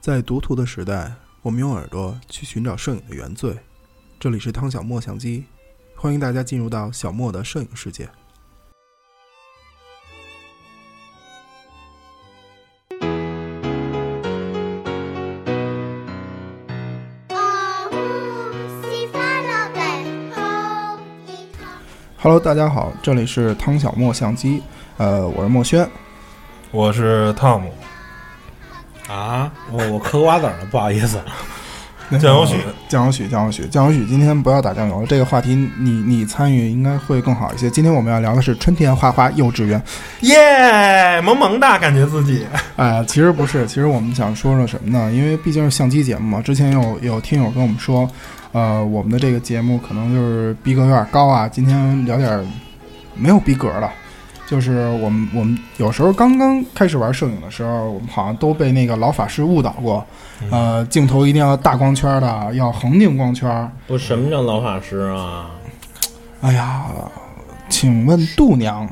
在读图的时代，我们用耳朵去寻找摄影的原罪。这里是汤小莫相机，欢迎大家进入到小莫的摄影世界。Hello，大家好，这里是汤小莫相机，呃，我是莫轩，我是汤姆，啊，我我嗑瓜子儿了，不好意 思。酱油许，酱油许，酱油许，酱油许，今天不要打酱油了，这个话题你你参与应该会更好一些。今天我们要聊的是春天花花幼稚园，耶、萌萌哒，感觉自己哎、其实不是，其实我们想说说什么呢？因为毕竟是相机节目嘛，之前有有听友跟我们说，呃，我们的这个节目可能就是逼格有点高啊，今天聊点儿没有逼格了。就是我们，我们有时候刚刚开始玩摄影的时候，我们好像都被那个老法师误导过，呃，镜头一定要大光圈的，要恒定光圈儿，不，什么叫老法师啊？哎呀，请问度娘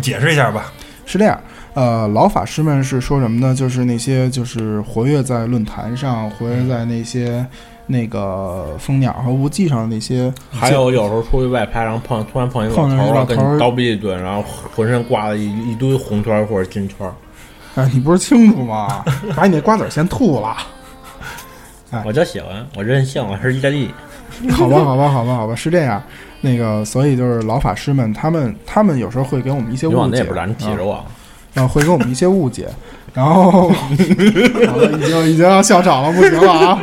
解释一下吧。是这样，呃，老法师们是说什么呢？就是那些就是活跃在论坛上，活跃在那些那个蜂鸟和无忌上的那些，还有有时候出去外拍，然后碰突然碰一碰上一头老儿，跟头儿你叨逼一顿，然后浑身挂了一一堆红圈儿或者金圈儿。哎，你不是清楚吗？ 把你那瓜子儿先吐了，哎我就喜欢，我任性，我是意大利。好吧，好吧，好吧，好吧，是这样。那个，所以就是老法师们，他们他们有时候会给我们一些你误往解，啊那边来，你挤着啊我。然后会给我们一些误解， 然后好了，已经已经要笑场了，不行了啊！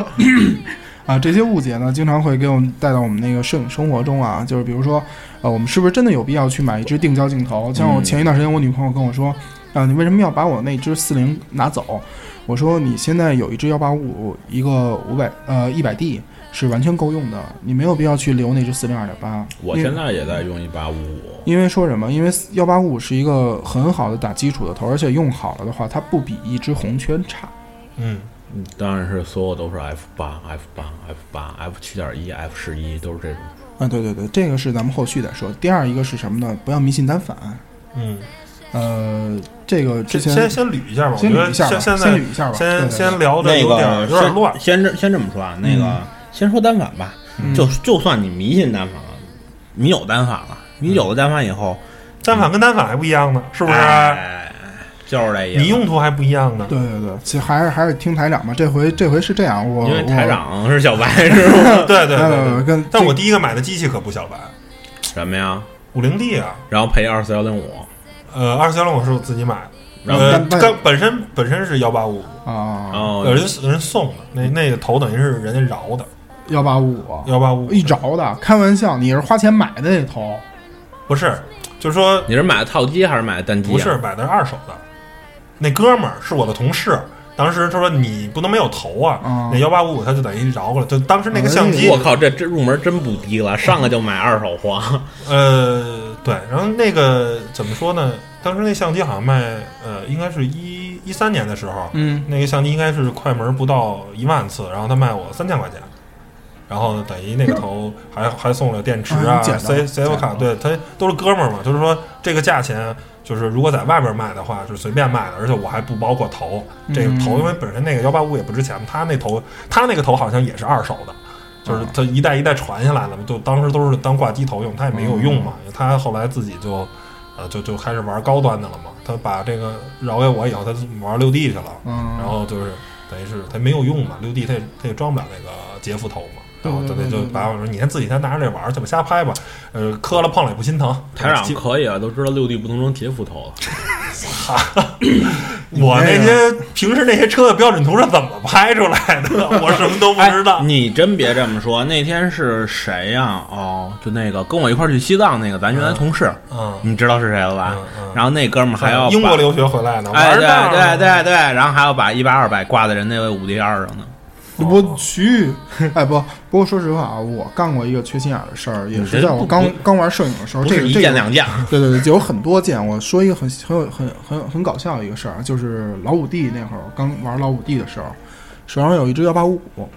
啊，这些误解呢，经常会给我们带到我们那个摄影生活中啊，就是比如说，呃，我们是不是真的有必要去买一支定焦镜头？像我前一段时间，我女朋友跟我说，啊，你为什么要把我那支四零拿走？我说你现在有一支幺八五，一个五百呃一百 D 是完全够用的，你没有必要去留那支四零二点八。我现在也在用一八五五，因为说什么？因为幺八五是一个很好的打基础的头，而且用好了的话，它不比一支红圈差。嗯，当然是所有都是 F 八、F 八、F 八、F 七点一、F 十一，都是这种。啊，对对对，这个是咱们后续再说。第二一个是什么呢？不要迷信单反。嗯，呃，这个之先前先先捋一下吧，我觉先捋得一下吧，先现现在捋一下吧，对对对先先聊的那有点个有点乱，先先这先这么说啊，那嗯个、先说单反吧，就就算你迷信单反了，你有单反了，你有了单反以后，单反跟单反还不一样呢，是是不是？啊就是这意思。你用途还不一样呢。对对对，其实还是还是听台长吧。这回这回是这样，我因为我台长是小白是吗？对对对呃对。跟但我这第一个买的机器可不小白，什么呀？五零 D 啊，然后配二四幺零五，呃，二四幺零我是我自己买的，然后哦呃，但刚本身本身是幺八五，然啊后有人人送的，那那个头等于是人家饶的幺八五幺八五，一着的，开玩笑，你是花钱买的那头，不是，就是说你是买的套机还是买的单机、啊？不是买的是二手的，那哥们儿是我的同事，当时他说你不能没有头啊，嗯那幺八五五他就等于饶过来，就当时那个相机我，靠，这这入门真不低了，上来就买二手 货，呃，对，然后那个怎么说呢？当时那相机好像卖，呃，应该是一一三年的时候，嗯，那个相机应该是快门不到一万次，然后他卖我三千块钱，然后等于那个头还还送了电池啊啊、捡到 C C F 捡卡，到对他都是哥们儿嘛，就是说这个价钱就是如果在外边卖的话是随便卖的，而且我还不包括头，这嗯个头因为本身那个幺八五也不值钱，他那头他那个头好像也是二手的。就是嗯他一代一代传下来的嘛，就当时都是当挂机头用，他也没有用嘛。嗯他后来自己就，呃，就就开始玩高端的了嘛。他把这个饶给我以后，他玩六 D 去了。嗯，然后就是等于是它没有用嘛，六 D 它也它也装不了那个截副头嘛。对然后他对对那就对对把我说，你先自己先拿着这玩儿去吧，瞎拍吧，呃，磕了碰了也不心疼。台长其可以啊，都知道六 D 不能装截幅头了。我你那这些平时那些车的标准图是怎么拍出来的？ 我什么都不知道。哎你真别这么说，那天是谁呀、哦，就那个跟我一块儿去西藏那个，咱原来同事，嗯，你知道是谁了吧？嗯嗯然后那哥们儿还要英把国留学回来呢，哎，玩对对儿对对，然后还要把一百二百挂在人那位五 D 二上呢。我去，哎不，不过说实话啊，我干过一个缺心眼儿的事儿，也是在我刚你这不刚玩摄影的时候，不这是个一这件个，两件，对对对，有很多件。我说一个很很有很很很搞笑的一个事儿啊，就是老五 D 那会儿，我刚玩老五 D 的时候，手上有一支幺八五五，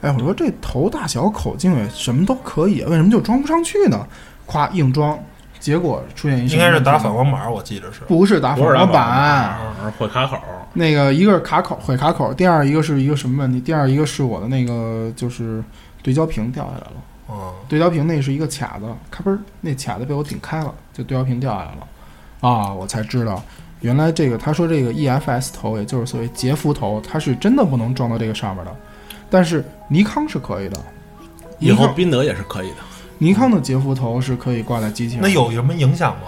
哎，我说这头大小口径也什么都可以，为什么就装不上去呢？夸硬装，结果出现一应什么该是打问题呢反光板，我记着是。不是打反不是光板，板，啊会卡口，那个一个是卡口毁卡口，第二一个是一个什么问题？第二一个是我的那个就是对焦屏掉下来了，嗯，对焦屏那是一个卡子，咔嘣儿那卡子被我顶开了，就对焦屏掉下来了，啊，我才知道原来这个他说这 个 EFS 头，也就是所谓截幅头，它是真的不能装到这个上面的，但是尼康是可以的，以尼后康宾得也是可以的。尼康的截幅头是可以挂在机器上，那有什么影响吗？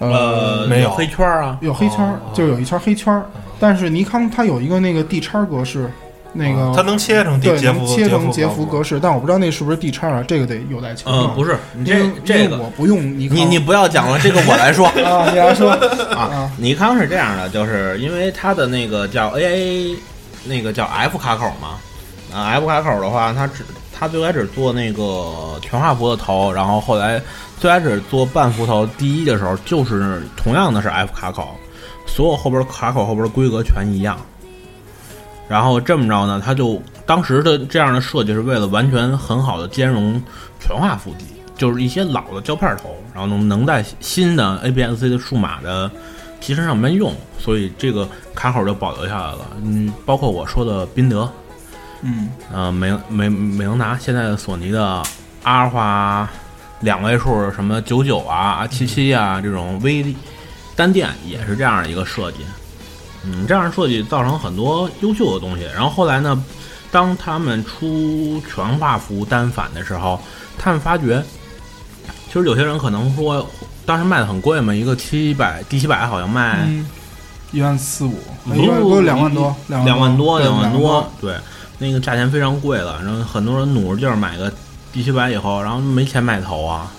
呃没有黑圈儿啊，有黑圈儿，哦就是有一圈黑圈儿，但是尼康它有一个那个 D 叉格式，那个、哦它能切成地对，截能幅切成截幅幅格吗式，但我不知道那是不是 D 叉啊，这个得有待求证。嗯，不是，你因为这因为这个我不用尼康，你你不要讲了，这个我来说啊，你来 说啊。尼康是这样的，就是因为它的那个叫 AA，那个叫 F 卡口嘛，啊 F 卡口的话，它只它最开始做那个全画幅的头，然后后来最开始做半幅头，第一的时候就是同样的是 F 卡口，所有后边卡口后边规格全一样。然后这么着呢，它就当时的这样的设计是为了完全很好的兼容全画幅机，就是一些老的胶片头，然后能能在新的 ABS-C 的数码的机身上面用，所以这个卡口就保留下来了。嗯，包括我说的宾得，嗯呃，美美美能达，现在的索尼的阿尔法两位数，什么九九啊、七七啊这种微单电也是这样的一个设计。嗯，这样设计造成很多优秀的东西。然后后来呢，当他们出全画幅单反的时候，他们发觉，其实有些人可能说，当时卖的很贵嘛，一个七百 D 七百好像卖、嗯，一万四五，不一万不不两万多，两万万多，对两万万多，，对，那个价钱非常贵了。然后很多人努着劲儿买个 D 七百以后，然后没钱买头啊。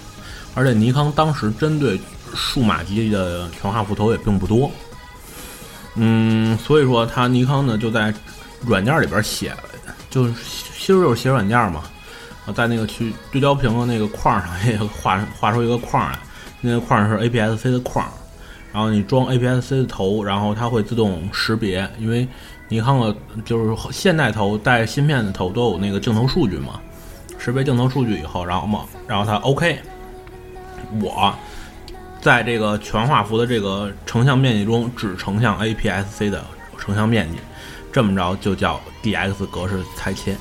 而且尼康当时针对数码机的全画幅头也并不多，嗯，所以说它尼康呢就在软件里边写了，就是其实就是写软件嘛，啊，在那个去对焦屏的那个框上 也画画出一个框来，那个框是 APS-C 的框，然后你装 APS-C 的头，然后它会自动识别，因为尼康的就是现代头带芯片的头都有那个镜头数据嘛，识别镜头数据以后，然后嘛，然后它 OK，我在这个全画幅的这个成像面积中只成像 APS-C 的成像面积，这么着就叫 DX 格式裁切。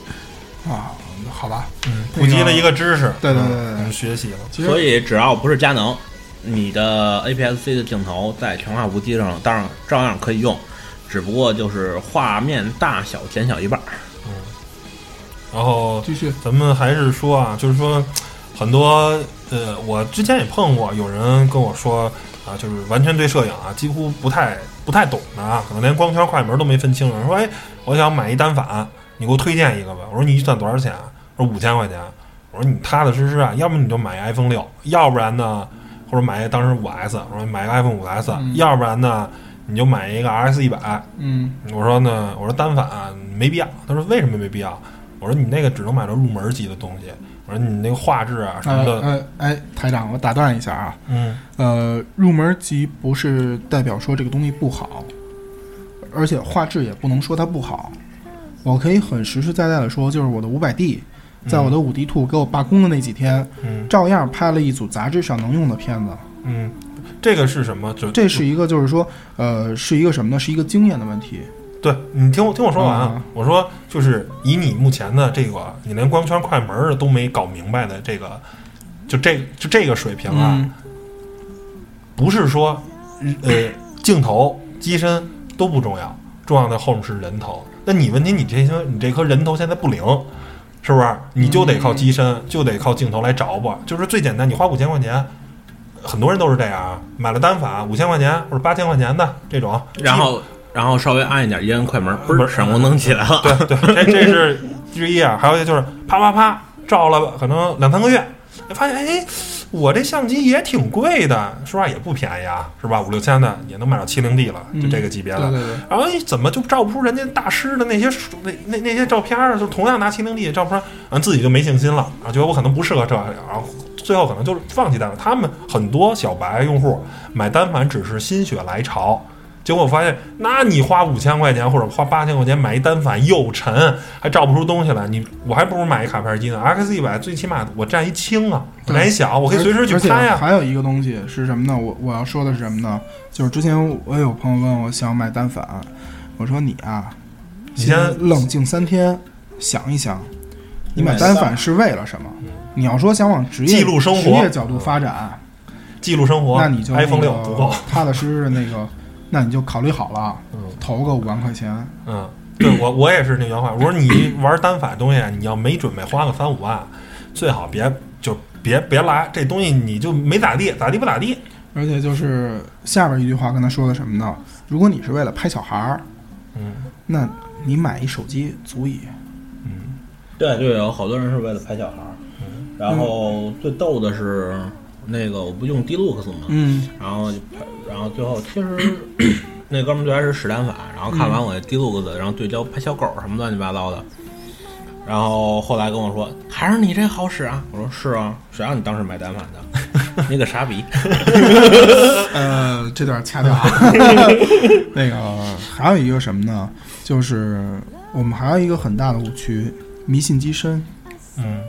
啊，好吧，嗯，普及了一个知识，对对对对对嗯学习了。其所实以只要不是佳能，你的 APS-C 的镜头在全画幅机上当然照样可以用，只不过就是画面大小减小一半儿。然后继续，咱们还是说啊，就是说很多呃，我之前也碰过有人跟我说啊，就是完全对摄影啊几乎不太不太懂的啊，可能连光圈快门都没分清楚。说哎，我想买一单反，你给我推荐一个吧。我说你预算多少钱啊？我说五千块钱。我说你踏踏实实啊，要么你就买 iPhone 六，要不然呢，或者买当时五 S，我说买个 iPhone 五 S，、嗯要不然呢，你就买一个 RS 一百。嗯我说呢，我说单反啊没必要。他说为什么没必要？我说你那个只能买到入门级的东西。我说你那个画质啊什嗯么呃的，呃，哎，台长，我打断一下啊，嗯，呃，入门级不是代表说这个东西不好，而且画质也不能说它不好。我可以很实实在在的说，就是我的五百 D，在我的五 D Two 给我罢工的那几天，嗯照样拍了一组杂志上能用的片子。嗯，这个是什么？就这是一个，就是说，呃，是一个什么呢？是一个经验的问题。对你听我听我说完啊啊。我说就是以你目前的这个，你连光圈快门儿都没搞明白的这个，就这就这个水平啊，嗯，不是说呃镜头、机身都不重要，重要的后面是人头。那你问题，你这些你这颗人头现在不灵，是不是？你就得靠机身，就得靠镜头来着吧。就是最简单，你花五千块钱，很多人都是这样啊，买了单反五千块钱或者八千块钱的这种，然后然后稍微按一点，一摁快门，嘣不儿，是闪光灯起来了。 对对，这这是之一啊。还有一个就是啪啪啪照了，可能两三个月，发现哎，我这相机也挺贵的，说实话也不便宜啊，是吧？五六千的也能买到七零 D 了，就这个级别了。嗯对对对，然后你怎么就照不出人家大师的那些那那那些照片儿？就同样拿麒麟地的照片儿，然后自己就没信心了，啊，觉得我可能不适合摄影，然后最后可能就是放弃单反。他们很多小白用户买单反只是心血来潮，结果我发现，那你花五千块钱或者花八千块钱买一单反又沉，还照不出东西来，你我还不如买一卡片机呢。X 一百最起码我占一轻啊，我占一小，我可以随时去拍啊而且呀、还有一个东西是什么呢？我我要说的是什么呢？就是之前我哎有朋友问我想买单反，我说你啊，你先冷静三天，想一想，你买买单单反是为了什么？你要说想往职业嗯记录生活职业角度发展，记录生活。那你就 iPhone 那六个不够。 踏踏实实的那个，那你就考虑好了嗯，投个五万块钱，嗯，对我我也是那原话，我说你玩单反东西，啊你要没准备花个三五万，最好别就别别来这东西，你就没咋地，咋地不咋地。而且就是下边一句话跟他说的什么呢？如果你是为了拍小孩儿，嗯那你买一手机足以。嗯， 对对，有好多人是为了拍小孩儿。嗯然后最逗的是，那个我不用 Dlux 吗？嗯，然后就拍，然后最后其实那哥们儿最开始使单反，然后看嗯完我的 Dlux，然后对焦拍小狗什么乱七八糟的。然后后来跟我说，还是你这好使啊！我说是啊，谁让你当时买单反的？ 你个傻逼！呃，这段掐 掉。那个还有一个什么呢？就是我们还有一个很大的误区，迷信机身。嗯，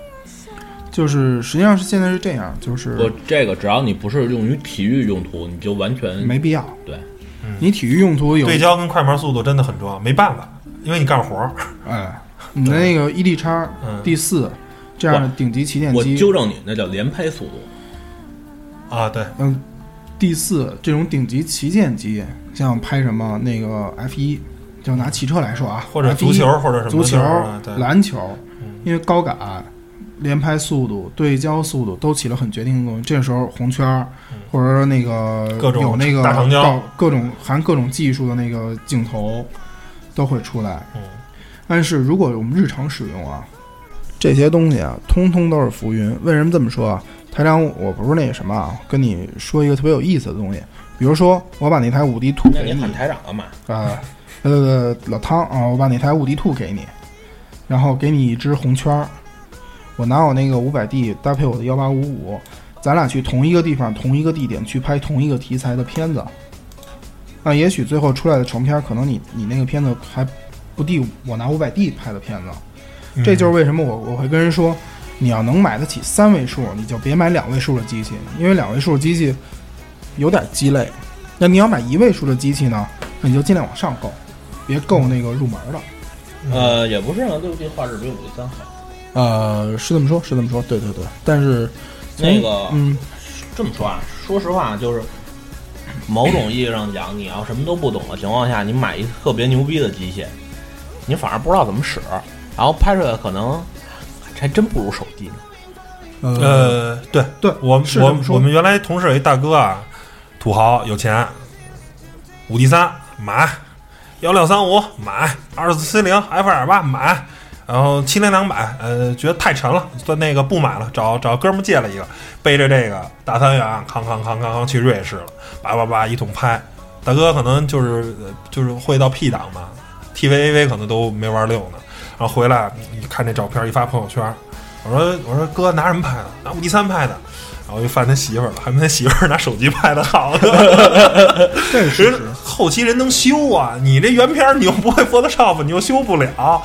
就是实际上是现在是这样，就是我这个只要你不是用于体育用途，你就完全没必要。对。你体育用途有对焦跟快门速度真的很重要，没办法，因为你干活儿。 哎，你的那个 E D 叉嗯 D 四这样的顶级旗舰我机，纠正你，那叫连拍速度。啊，对，嗯，D 四这种顶级旗舰机，像拍什么那个 F 一，就拿汽车来说啊，嗯或者 F1 足球或者什么足球就是啊、对，篮球嗯，因为高感、连拍速度、对焦速度都起了很决定的作用。这时候红圈儿嗯，或者说那个各种有那个大长焦高各种含各种技术的那个镜头都会出来。嗯但是如果我们日常使用啊，这些东西啊，通通都是浮云。为什么这么说啊？台长，我不是那个什么啊，跟你说一个特别有意思的东西。比如说，我把那台五 D 兔那给你你喊台长干嘛？啊，呃，老汤啊，我把那台无敌兔给你，然后给你一只红圈儿，我拿我那个五百 D 搭配我的幺八五五，咱俩去同一个地方、同一个地点去拍同一个题材的片子，那也许最后出来的成片儿，可能你你那个片子还不敌我拿五百 D 拍的片子，嗯这就是为什么我我会跟人说，你要能买得起三位数，你就别买两位数的机器，因为两位数的机器有点鸡肋。那你要买一位数的机器呢，那你就尽量往上够，别够那个入门的。嗯呃，也不是啊，六 G 画质比五 G 三好。呃，是这么说，是这么说，对对对。但是从那个嗯，这么说啊，说实话，就是 某种意义上讲，你要什么都不懂的情况下，你买一特别牛逼的机器，你反而不知道怎么使，然后拍出来可能还真不如手机呢。呃，呃，对，对，我们是这我么们说我们原来同事有一大哥啊，土豪有钱，五 D 三买，幺六三五买，二四七零 F 二八买，然后七零两百，呃，觉得太沉了，算那个不买了，找找哥们儿借了一个，背着这个大三元，康康康康康去瑞士了，叭叭叭一通拍，大哥可能就是呃就是会到 P 档嘛，TVAV 可能都没玩溜呢，然后回来一看这照片一发朋友圈。我说我说哥拿什么拍的？拿五 D 三拍的。然后我就犯他媳妇儿了，还没他媳妇儿拿手机拍的好呢。 这是人后期人能修啊，你这原片儿你又不会 Photoshop，你又修不了，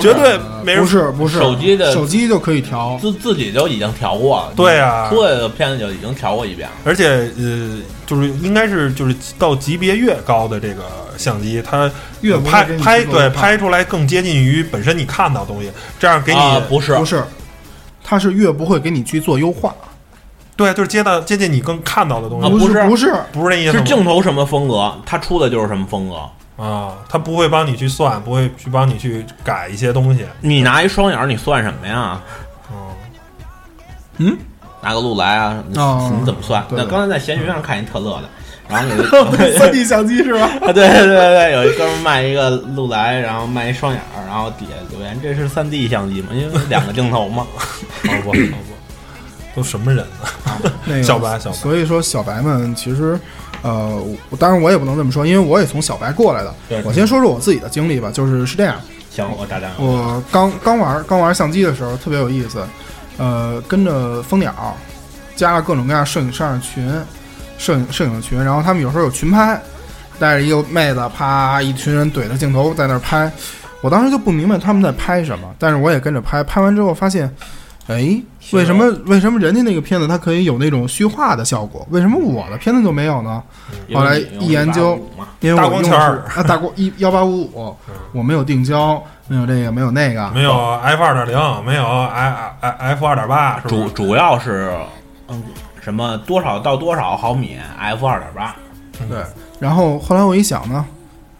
绝 对没人啊呃不。是不是手机的手机就可以调。自自己就已经调过了，对啊出来的片子就已经调过一遍了。而且呃，就是应该是就是到级别越高的这个相机，它越不会拍给你拍制作对的拍出来更接近于本身你看到的东西，这样给你、啊，不是不是，它是越不会给你去做优化，对，就是接到接近你更看到的东西，啊不不是不是，不是那意思是吗镜头什么风格，它出的就是什么风格。啊，它不会帮你去算，不会去帮你去改一些东西，你拿一双眼儿，你算什么呀？嗯。嗯，拿个路来啊，你哦你怎么算？对那刚才在闲鱼上看一特乐的，然 后有一 三 D 相机是吧？啊，对对对对，有一哥们儿卖一个路来，然后卖一双眼儿，然后底下留言：“这是三 D 相机吗？因为两个镜 头嘛。好不好不，都什么人啊？那个小白小白所以说小白们其实，呃，我当然我也不能这么说，因为我也从小白过来的对。我先说说我自己的经历吧，就是是这样，”行，我炸弹。我刚刚玩刚玩相机的时候特别有意思，呃，跟着蜂鸟，加了各种各样摄影摄影群，摄影摄影群，然后他们有时候有群拍，带着一个妹子，啪，一群人怼着镜头在那儿拍。我当时就不明白他们在拍什么，但是我也跟着拍。拍完之后发现，哎，为什么为什么人家那个片子它可以有那种虚化的效果，为什么我的片子就没有呢？后来一研究因为大我光用的圈是儿嗯啊，大光一幺八五五，我没有定焦，没有这个，没有那个，没有 F 二点零，没有 I I F 二点八，是主不是？主要是嗯什么多少到多少毫米 f 二点八，对，然后后来我一想呢，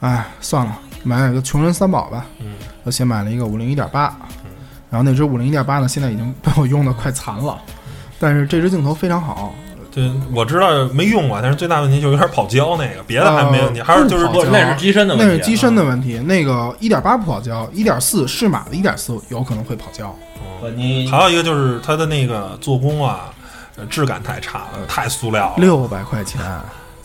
哎，算了，买点个穷人三宝吧。嗯，我先买了一个五零一点八，嗯然后那只五零一点八呢，现在已经 被我用的快残了，嗯但是这支镜头非常好。对，我知道没用啊过，但是最大问题就有点跑焦那个，别的还没问题，呃还有就是不不跑焦那是机身的问那题，啊是机身的问题，那个一点八不好焦，一点四适马的一点四有可能会跑焦。呃。你还有一个就是它的那个做工啊，呃质感太差了，太塑料了。六百块钱，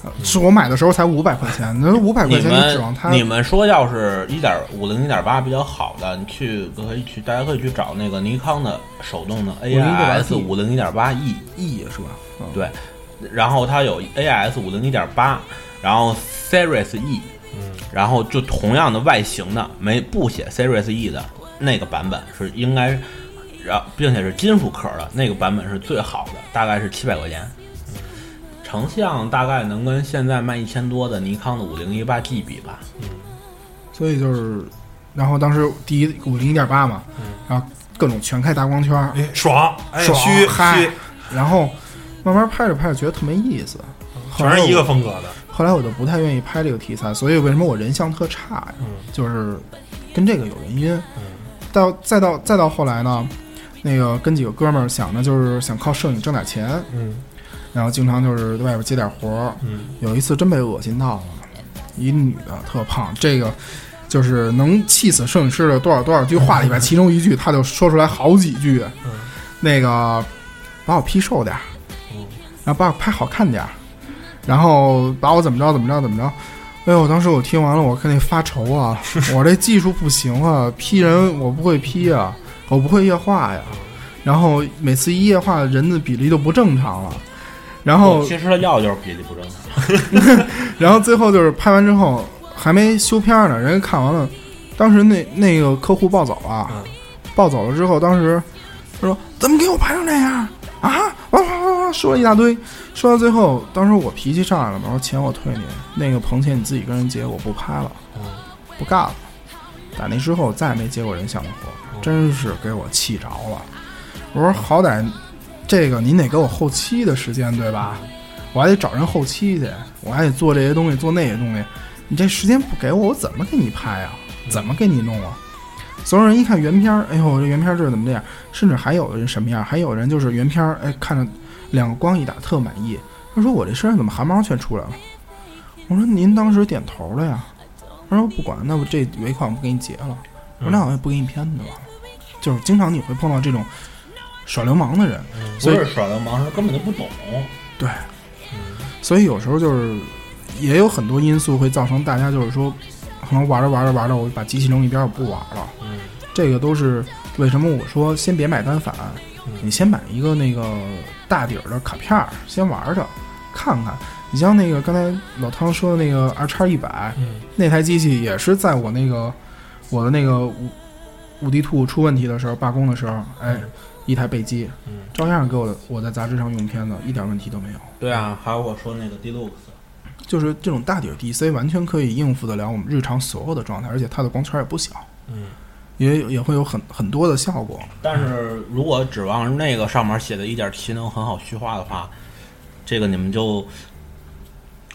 呃是我买的时候才五百块钱，那五百块嗯你钱你指望们它？你们说要是一点五零一点八比较好的，你去可以去，大家可以去找那个尼康的手动的 AIS 五零一点八 E， E 是吧？嗯对，然后它有 AIS 五零一点八，然后 Series E，嗯，然后就同样的外形的，没不写 Series E 的那个版本是应该，然后并且是金属壳的那个版本是最好的，大概是七百块钱。成像大概能跟现在卖一千多的尼康的五零一八 G 比吧，所以就是，然后当时第一五零一点八嘛，嗯然后各种全开大光圈儿，哎爽，哎爽虚嗨虚，然后慢慢拍着拍着觉得特没意思，后全来是我一个。风格的。后来我就不太愿意拍这个题材，所以为什么我人像特差呀？嗯就是跟这个有原因。嗯到再到再到后来呢，那个跟几个哥们儿想着就是想靠摄影挣点钱，嗯然后经常就是在外边接点活儿，嗯，有一次真被恶心到了，一女的特胖，这个就是能气死摄影师的多少多少句话里边，其中一句她就说出来好几句，那个把我 P 瘦点儿嗯，然后把我拍好看点儿，然后把我怎么着怎么着怎么着。哎呦！当时我听完了，我看那发愁啊，我这技术不行啊，P 人我不会 P 啊，我不会液化呀。然后每次一液化，人的比例就不正常了。然后其实它要就是比例不正常。然后最后就是拍完之后还没修片儿呢，人家看完了，当时那那个客户暴走啊，嗯暴走了之后，当时他说怎么给我拍成这样啊？哇哇哇哇说了一大堆，说到最后，当时我脾气上来了嘛，我说钱我退你，那个棚钱你自己跟人结，我不拍了，不干了。打那之后再也没接过人像的活，真是给我气着了。我说好歹这个您得给我后期的时间对吧？我还得找人后期去，我还得做这些东西，做那些东西。你这时间不给我，我怎么给你拍啊？怎么给你弄啊？所有人一看原片儿，哎呦，这原片儿这怎么这样？甚至还有的人什么样？还有人就是原片儿，哎，看着两个光一打特满意。他说我这身上怎么汗毛全出来了？我说您当时点头了呀？他说不管，那我这尾款我不给你结了。我说那我也不给你片子了。就是经常你会碰到这种耍流氓的人，不所以是耍流氓，是根本就不懂。对，所以有时候就是也有很多因素会造成大家就是说，可能玩着玩着玩着，我就把机器扔一边儿，我不玩了。嗯这个都是为什么我说先别买单反，嗯你先买一个那个大底儿的卡片儿，先玩着看看。你像那个刚才老汤说的那个 R 叉一百嗯那台机器，也是在我那个我的那个五五 D Two 出问题的时候，罢工的时候，哎，一台备机，嗯照样给我的我在杂志上用片子，一点问题都没有。对啊，还有我说那个 Deluxe，就是这种大底儿 DC 完全可以应付得了我们日常所有的状态，而且它的光圈也不小，嗯，也也会有很很多的效果。但是如果指望那个上面写的一点七能很好虚化的话，这个你们就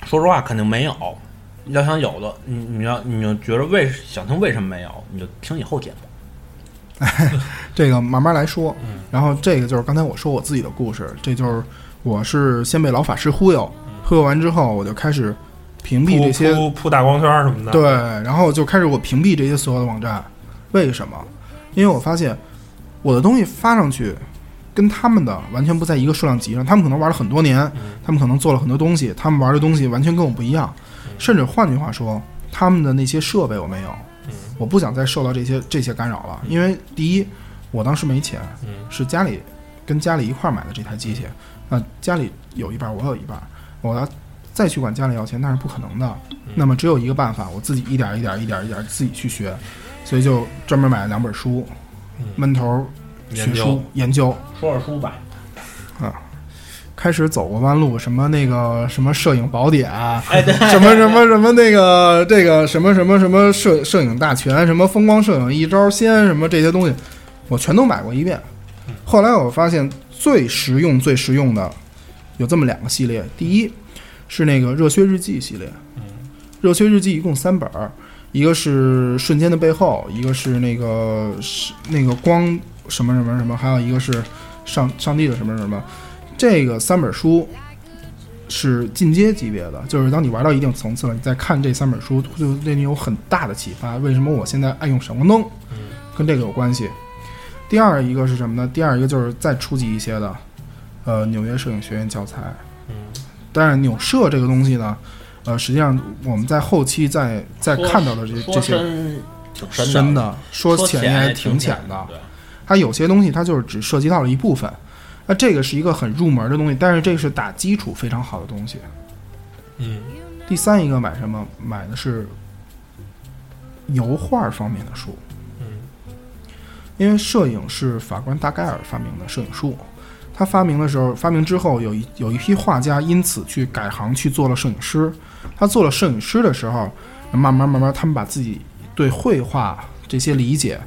说实话肯定没有。要想有的，你你要你就觉得为想听为什么没有，你就听以后节目。这个慢慢来说嗯。然后这个就是刚才我说我自己的故事，这就是我是先被老法师忽悠，嗯忽悠完之后我就开始屏蔽这些铺铺铺大光圈什么的。对，然后就开始我屏蔽这些所有的网站。为什么？因为我发现我的东西发上去跟他们的完全不在一个数量级上，他们可能玩了很多年，嗯他们可能做了很多东西，他们玩的东西完全跟我不一样，嗯甚至换句话说，他们的那些设备我没有，嗯我不想再受到这些这些干扰了。因为第一，我当时没钱，嗯是家里跟家里一块儿买的这台机器，那家里有一半儿，我有一半儿，我要再去管家里要钱，那是不可能的。嗯那么只有一个办法，我自己一点儿一点儿一点儿一点儿自己去学，所以就专门买了两本书，闷头儿学嗯研究书研究，说说书吧。开始走过弯路，什么那个什么摄影宝典，啊哎，对， 什么什么什么那个这个什么什么什么摄摄影大全，什么风光摄影一招鲜，什么这些东西，我全都买过一遍。后来我发现最实用、最实用的有这么两个系列，第一是那个热血日记系列，热血日记一共三本儿，一个是瞬间的背后，一个是那个是那个光什么什么什么，还有一个是上上帝的什么什么，这个三本书是进阶级别的，就是当你玩到一定层次了，你再看这三本书，就对你有很大的启发。为什么我现在爱用闪光灯，跟这个有关系。第二一个是什么呢？第二一个就是再初级一些的，呃，纽约摄影学院教材。嗯，但是纽摄这个东西呢，呃，实际上我们在后期再再看到的这这说些深挺深深的，的，说说浅也挺浅浅的。对，它有些东西它就是只涉及到了一部分，那这个是一个很入门的东西，但是这是打基础非常好的东西。嗯第三一个买什么？买的是油画方面的书，嗯因为摄影是法官达盖尔发明的摄影术。他发明的时候，发明之后有一有一批画家因此去改行去做了摄影师。他做了摄影师的时候，慢慢慢慢，他们把自己对绘画这些理解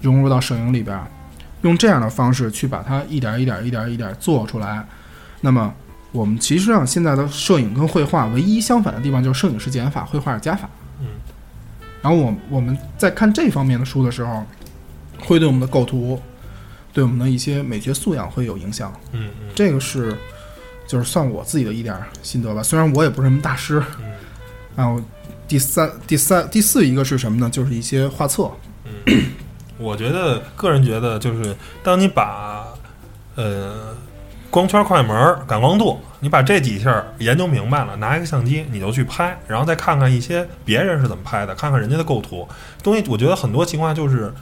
融入到摄影里边儿，用这样的方式去把它一点儿一点儿一点儿一点儿做出来。那么，我们其实上现在的摄影跟绘画唯一相反的地方就是摄影是减法，绘画是加法。嗯。然后我我们在看这方面的书的时候，会对我们的构图，对我们的一些美学素养会有影响。嗯嗯这个是，就是算我自己的一点儿心得吧。虽然我也不是什么大师，嗯然后第三、第三、第四一个是什么呢？就是一些画册。我觉得个人觉得就是，当你把呃光圈、快门儿、感光度，你把这几项儿研究明白了，拿一个相机你就去拍，然后再看看一些别人是怎么拍的，看看人家的构图东西。我觉得很多情况就是。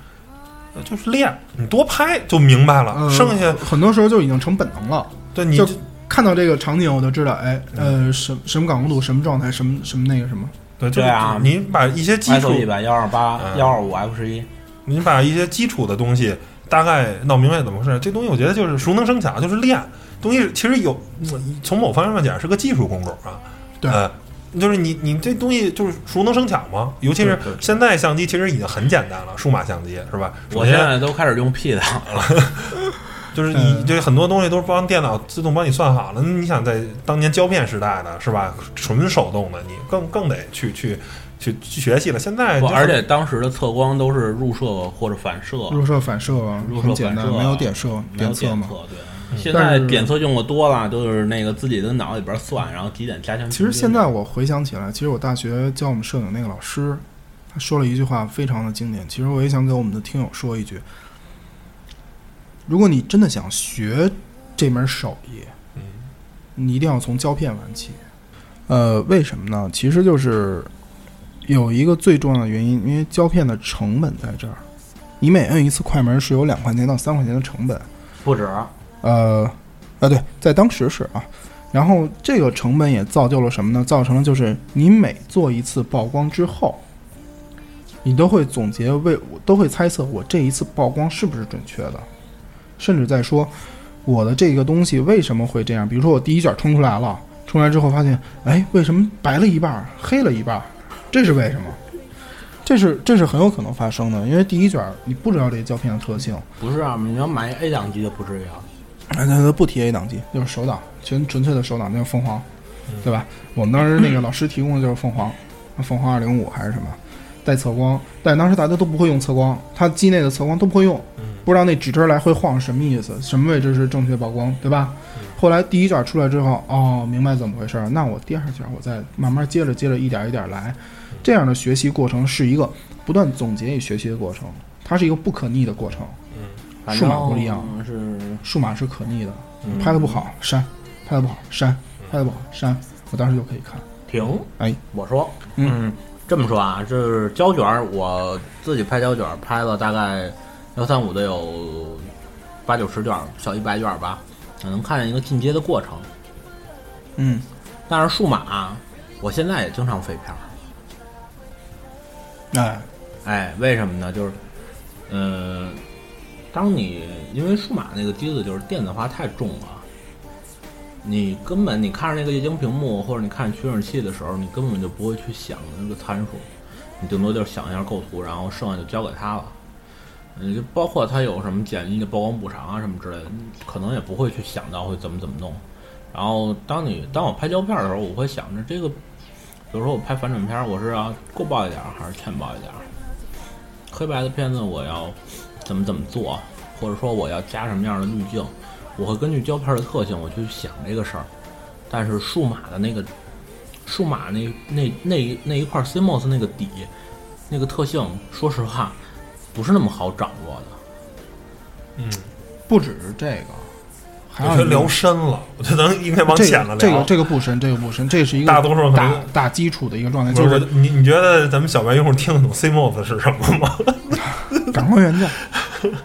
呃就是练，你多拍就明白了。嗯，剩下很多时候就已经成本能了。对你就看到这个场景，我就知道，哎，呃，什什么感光度，什么状态，什么什么那个什么。对就是对啊你把一些基 i 础 o 一百幺二八嗯幺二五 F 十一，你把一些基础的东西大概闹明白怎么回事，这东西我觉得就是熟能生巧，就是练东西。其实有嗯从某方面讲是个技术工种啊，对呃就是你你这东西就是熟能生巧嘛。尤其是对对现在相机其实已经很简单了，数码相机是吧？首我现先在哎都开始用 P 档了。就是你嗯这很多东西都是帮电脑自动帮你算好了。那你想在当年胶片时代的是吧，纯手动的，你更更得去去去去学习了。现在不就是而且当时的测光都是入射或者反射，入射、反射啊入射很简单，反射啊没有点射、没有点点测测嘛。对，现但在是点测用的多了，都是那个自己的脑里边算，然后几点加强。其实现在我回想起来，其实我大学教我们摄影那个老师，他说了一句话非常的经典。其实我也想给我们的听友说一句：如果你真的想学这门手艺，嗯你一定要从胶片玩起。呃，为什么呢？其实就是有一个最重要的原因，因为胶片的成本在这儿，你每摁一次快门是有两块钱到三块钱的成本。不止，呃，啊对，在当时是啊。然后这个成本也造就了什么呢？造成了就是你每做一次曝光之后，你都会总结为我都会猜测我这一次曝光是不是准确的，甚至在说我的这个东西为什么会这样。比如说我第一卷冲出来了，冲出来之后发现，哎，为什么白了一半儿，黑了一半儿？这是为什么？这是这是很有可能发生的，因为第一卷儿你不知道这个胶片的特性，不是啊，你要买 A 档机的不至于啊。哎，那他不提 A 档机，就是手挡，纯纯粹的手挡，就是凤凰，对吧？我们当时那个老师提供的就是凤凰，凤凰二零五还是什么，带测光，但当时大家都不会用测光，它机内的测光都不会用，不知道那指针来回晃是什么意思，什么位置是正确曝光，对吧？后来第一卷出来之后，哦，明白怎么回事儿，那我第二卷我再慢慢接着接着一点一点来，这样的学习过程是一个不断总结与学习的过程，它是一个不可逆的过程，反数码不一样正嗯是数码是可逆的，拍的不好删，拍的不好删，嗯拍的不好删，我当时就可以看。停。哎，我说，嗯，这么说啊，就是胶卷儿，我自己拍胶卷儿拍了大概幺三五的有八九十卷儿，小一百卷儿吧，能看见一个进阶的过程。嗯，但是数码、啊我现在也经常废片儿。哎，哎，为什么呢？就是，嗯、当你因为数码那个机子就是电子化太重了，你根本你看着那个液晶屏幕或者你看取景器的时候，你根本就不会去想那个参数，你顶多就是想一下构图，然后剩下就交给他了。嗯，就包括它有什么简易的曝光补偿啊什么之类的，你可能也不会去想到会怎么怎么弄。然后当你当我拍胶片的时候，我会想着这个，比如说我拍反转片儿，我是要够爆一点儿还是欠爆一点儿？黑白的片子我要怎么怎么做，或者说我要加什么样的滤镜，我会根据胶片的特性我去想这个事儿。但是数码的那个，数码那那那那一块 CMOS 那个底，那个特性，说实话不是那么好掌握的。嗯，不只是这个，还我有觉得一个聊深了，我觉得咱应该往这浅个了这聊个。这个不深，这个不深，这是一个大多数可大能大基础的一个状态，不就是是你你觉得咱们小白用户听得懂 CMOS 是什么吗？感光 元件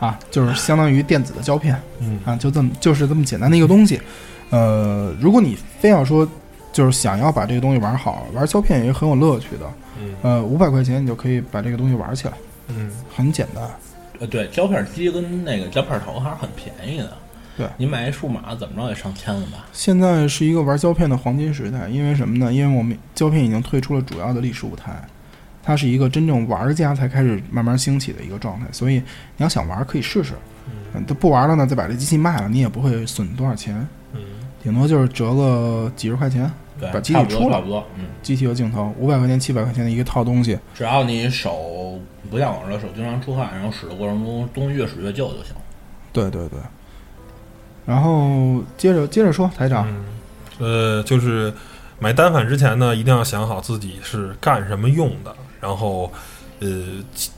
啊，就是相当于电子的胶片嗯啊，就这么就是这么简单的一个东西。呃，如果你非要说就是想要把这个东西玩好，玩胶片也是很有乐趣的。 嗯呃，五百块钱你就可以把这个东西玩起来，嗯，很简单。呃，对，胶片机跟那个胶片头还是很便宜的。对你买一数码怎么着也上千了吧？现在是一个玩胶片的黄金时代，因为什么呢？因为我们胶片已经退出了主要的历史舞台，它是一个真正玩家才开始慢慢兴起的一个状态。所以你要想玩，可以试试。嗯，都不玩了呢，再把这机器卖了，你也不会损多少钱，嗯，顶多就是折个几十块钱。对，把机差器不出多，了差不多。嗯，机器有镜头，五百块钱、七百块钱的一个套东西。只要你手不像我似的手经常出汗，然后使的过程中东西越使越旧就行。对对对。然后接着接着说，台长，呃，就是买单反之前呢，一定要想好自己是干什么用的，然后呃，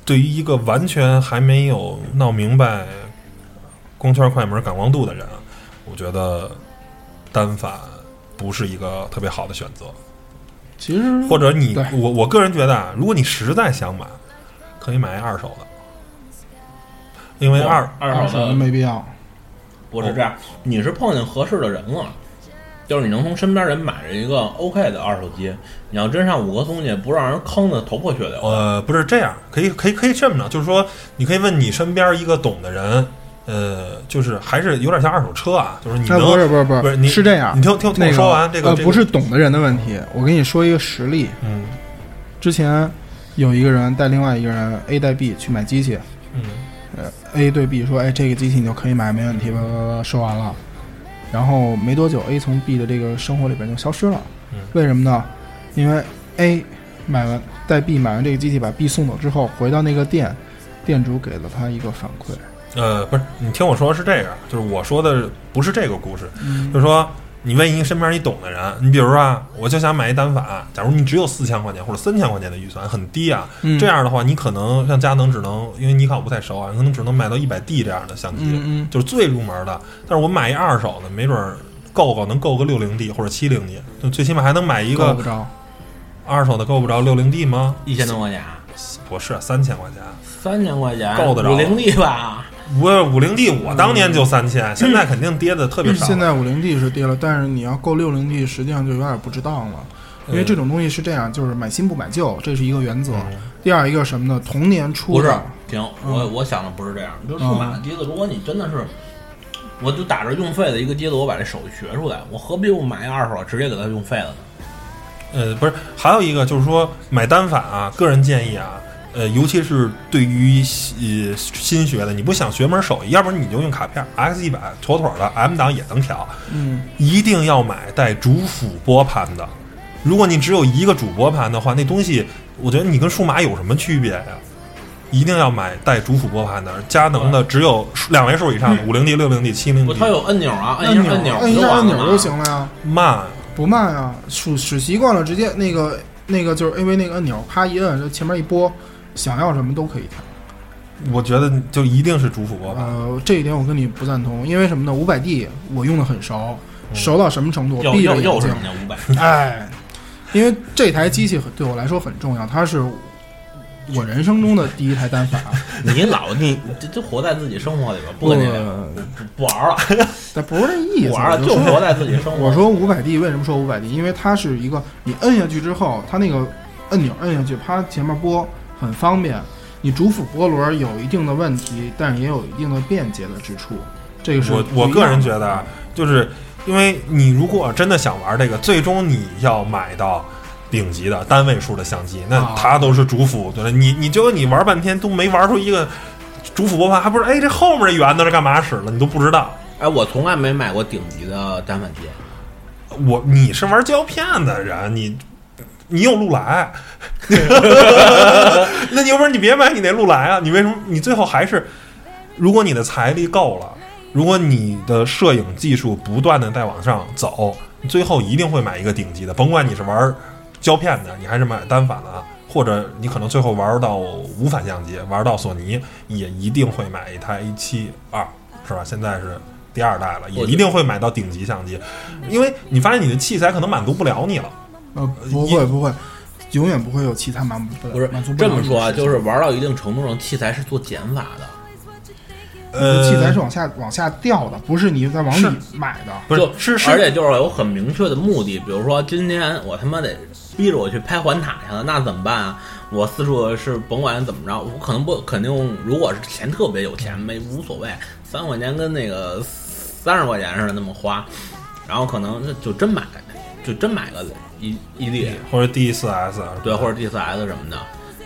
对于一个完全还没有闹明白光圈、快门、感光度的人，啊我觉得单反不是一个特别好的选择。其实或者嗯你对我我个人觉得啊，如果你实在想买，可以买一二手的，因为二二二手的啊没必要。不是这样，你是碰见合适的人了，就是你能从身边人买着一个 OK 的二手机。你要真上五哥松去，不让人坑的头破血流。呃不是这样，可以可以可以这么着，就是说你可以问你身边一个懂的人，呃，就是还是有点像二手车啊，就是你那能哎不是不是不不是你是这样你听听听那我个说完这个呃这个不是懂的人的问题，我跟你说一个实例。嗯之前有一个人带另外一个人 A 带 B 去买机器，嗯呃，A 对 B 说：“哎，这个机器你就可以买，没问题。”吧吧吧吧，说完了。然后没多久，A 从 B 的这个生活里边就消失了。嗯为什么呢？因为 A 买完带 B 买完这个机器，把 B 送走之后，回到那个店，店主给了他一个反馈。呃不是你听我说是这样，就是我说的不是这个故事，嗯就是说你问一个身边你懂的人，你比如说啊，我就想买一单反，假如你只有四千块钱或者三千块钱的预算，很低啊，嗯这样的话你可能像佳能只能，因为尼康我不太熟啊，可能只能卖到一百 D 这样的相机，嗯嗯就是最入门的。但是我买一二手的，没准儿够够能够个六零 D 或者七零 D，就最起码还能买一够个不着，二手的够不着六零 D 吗？一千多块钱，不是，三千块钱。三千块钱够得着五零 D 吧？不是五零 D，我当年就三嗯千、现在肯定跌的特别少了。现在五零 D 是跌了，但是你要够六零 D，实际上就有点不值当了。因为这种东西是这样，就是买新不买旧，这是一个原则。第二一个什么呢？同年出嗯不是的，，停，嗯我我想的不是这样。就是数码的机子，如果你真的是，我就打着用废的一个机子，我把这手艺学出来，我何必我买一二手直接给它用废了呢？呃，不是，还有一个就是说买单反啊，个人建议啊，呃，尤其是对于呃新学的，你不想学门手艺，要不然你就用卡片 X 一百妥妥的 M 档也能调，嗯，一定要买带主辅拨盘的。如果你只有一个主拨盘的话，那东西我觉得你跟数码有什么区别呀？一定要买带主辅拨盘的，佳能的只有两位数以上的，五零 D、六零 D、七零不， D，它有按钮啊，按按一钮下按钮，按一下按钮就行了。了呀，慢，不慢啊。使使习惯了，直接那个那个就是 AV 那个按钮，啪一摁，就前面一拨，想要什么都可以调。我觉得就一定是主辅拨盘。呃，这一点我跟你不赞同，因为什么呢？五百 D 我用的很熟，嗯熟到什么程度？我又闭着又眼又是睛人，家五百，哎，因为这台机器很对我来说很重要，它是我人生中的第一台单反，你老你这这活在自己生活里边，不跟你聊，不不玩了，但不是那意不思。玩我 了，就说活在自己生活。我说五百 D 为什么说五百 D？因为它是一个你摁下去之后，它那个按钮摁下去，啪前面拨很方便。你主辅拨轮有一定的问题，但是也有一定的便捷的之处。这个是我不我一样个人的嗯觉得，啊，就是因为你如果真的想玩这个，最终你要买到顶级的单位数的相机，那啊它都是主辅，对吧？你你结果你玩半天都没玩出一个主辅拨盘，还不是哎这后面这圆的是干嘛使了，你都不知道。哎，我从来没买过顶级的单反机，我你是玩胶片的人，你你有路 来，那你要不然你别买你那路来啊？你为什么？你最后还是，如果你的财力够了，如果你的摄影技术不断的在往上走，你最后一定会买一个顶级的，甭管你是玩胶片的，你还是买单反的。啊或者你可能最后玩到无反相机，玩到索尼，也一定会买一台 A 七二，是吧？现在是第二代了，也我一定会买到顶级相机。因为你发现你的器材可能满足不了你了。呃不会不会，永远不会有其他满足不是满足不这了么你说啊，的事情就是玩到一定程度上，器材是做减法的，呃，器材是往下往下掉的，不是你在往里是买的。不就是是而且就是有很明确的目的，比如说今天我他妈得逼着我去拍环塔去了，那怎么办啊？我四处是甭管怎么着，我可能不肯定，如果是钱特别有钱，没无所谓，三块钱跟那个三十块钱似的那么花，然后可能就就真买，就真买个一一列，或者 D 四 S 啊，对，或者 DCS 什么的，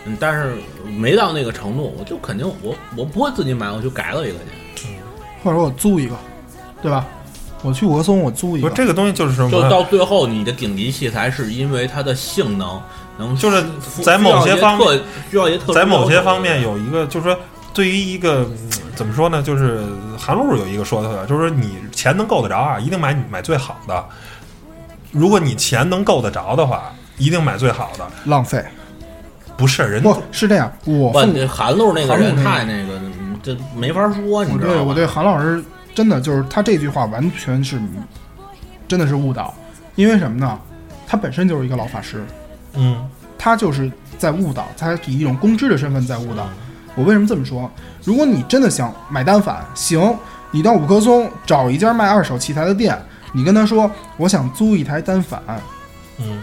嗯，但是没到那个程度，我就肯定我我不会自己买，我就改了一个去，或者我租一个，对吧？我去俄松，我租一不个是。这个东西就是 什就么？到最后你的顶级器材是因为它的性能能 就是需在某些方面需要一些特需要一特殊在某些方面要求有一个，就是说，对于一个嗯怎么说呢，就是韩露有一个说的，就是说你钱能够得着啊，一定买买最好的。如果你钱能够得着的话，一定买最好的。浪费不是人，不是这样，我不父母这韩露那个韩人露那个太那个嗯这没法说，你我知道啊对吧？我对韩老师真的就是他这句话完全是真的是误导，因为什么呢？他本身就是一个老法师，嗯，他就是在误导，他以一种公知的身份在误导。我为什么这么说？如果你真的想买单反，行，你到五棵松找一家卖二手器材的店，你跟他说我想租一台单反，嗯，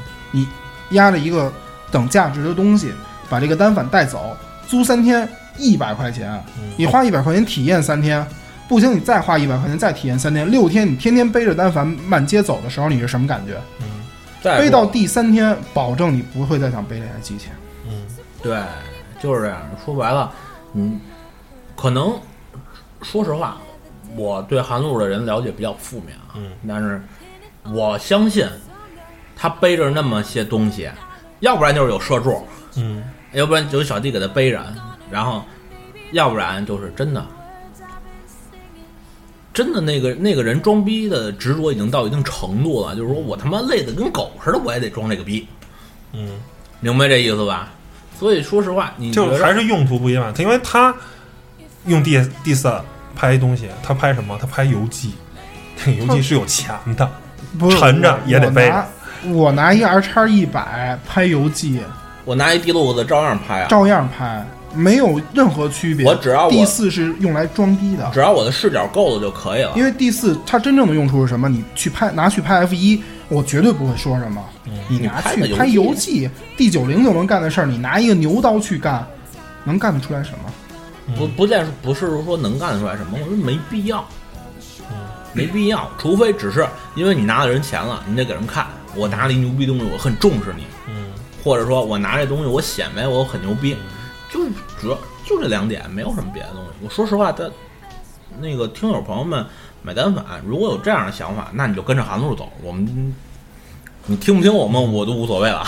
压着一个等价值的东西，把这个单反带走，租三天一百块钱啊嗯，你花一百块钱体验三天，不行你再花一百块钱再体验三天，六天你天天背着单反满街走的时候，你是什么感觉？嗯再说背到第三天，保证你不会再想背这台机器。嗯对，就是这样。说白了，嗯，可能说实话，我对韩露的人了解比较负面啊。嗯，但是我相信他背着那么些东西，要不然就是有社畜，嗯，要不然有小弟给他背着，然后要不然就是真的。真的那个那个人装逼的执着已经到一定程度了，就是说我他妈累得跟狗似的，我也得装这个逼，嗯，明白这意思吧？所以说实话，你觉就得还是用途不一样，因为他用 D D 三拍东西，他拍什么？他拍游记，那个游记是有钱的。不是沉着也得背着我拿我拿一 R 叉一百拍游记，我拿一地录子照样拍啊，照样拍，没有任何区别。我只要我第四是用来装逼的，只要我的视角够了就可以了因。为第四它真正的用处是什么？你去拍拿去拍 F 一，我绝对不会说什么。你拿嗯你拍个去游拍记游记，D 九零就能干的事儿，你拿一个牛刀去干，能干得出来什么？不不见不是说能干得出来什么，我说没必要，没必要，除非只是因为你拿了人钱了，你得给人看。我拿了一牛逼东西，我很重视你，嗯或者说我拿这东西我显摆我很牛逼，就主要就这两点，没有什么别的东西。我说实话，他那个听友朋友们买单反，如果有这样的想法，那你就跟着韩路走。我们你听不听我们，我都无所谓了。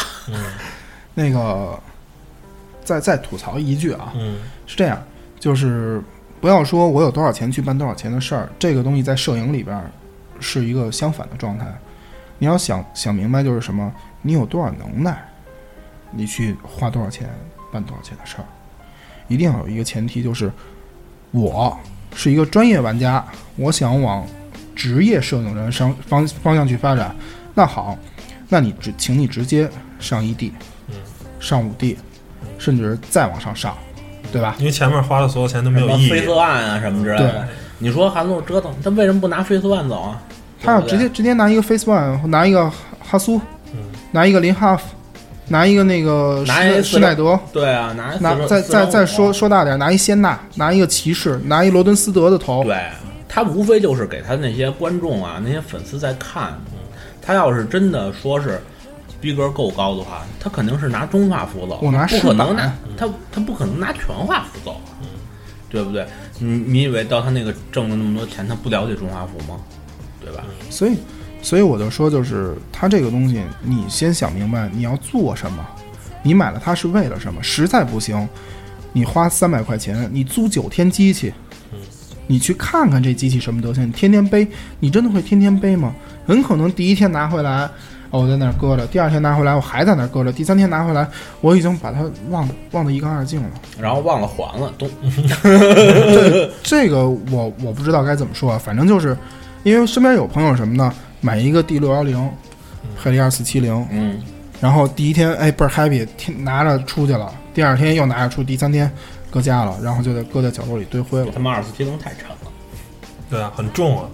那个，再再吐槽一句啊，嗯是这样，就是不要说我有多少钱去办多少钱的事儿，这个东西在摄影里边儿是一个相反的状态。你要想想明白就是什么，你有多少能耐，你去花多少钱办多少钱的事儿，一定要有一个前提，就是我是一个专业玩家，我想往职业摄影人上方方向去发展。那好，那你直请你直接上一 D，上五 D，甚至再往上上，对吧？因为前面花的所有钱都没什有么意义。菲斯万啊什么之类的。你说韩总折腾，他为什么不拿菲斯万走啊？他要对不直对接直接拿一个 Face One，拿一个哈苏，嗯拿一个林哈弗，拿一个那个拿一施施耐德，对啊，拿拿45再再45再说说大点，拿一仙纳，拿一个骑士，拿一罗顿斯德的头，对他无非就是给他那些观众啊、那些粉丝在看。他要是真的说是逼格够高的话，他肯定是拿中画幅走，我拿啊不试可板能拿他他不可能拿全画幅走，对不对？你你以为到他那个挣了那么多钱，他不了解中画幅吗？对吧？所以，所以我就说，就是它这个东西，你先想明白你要做什么，你买了它是为了什么。实在不行，你花三百块钱，你租九天机器，你去看看这机器什么德行，你天天背，你真的会天天背吗？很可能第一天拿回来，哦，我在那儿搁着；第二天拿回来，我还在那儿搁着；第三天拿回来，我已经把它忘忘得一干二净了。然后忘了还了，都这个我我不知道该怎么说啊，反正就是，因为身边有朋友什么呢，买一个 D 六幺零，黑力二四七零，嗯，然后第一天哎倍儿 happy，天拿着出去了，第二天又拿着出，第三天搁家了，然后就得搁在角落里堆灰了。他妈二四七零太沉了。对啊，很重啊，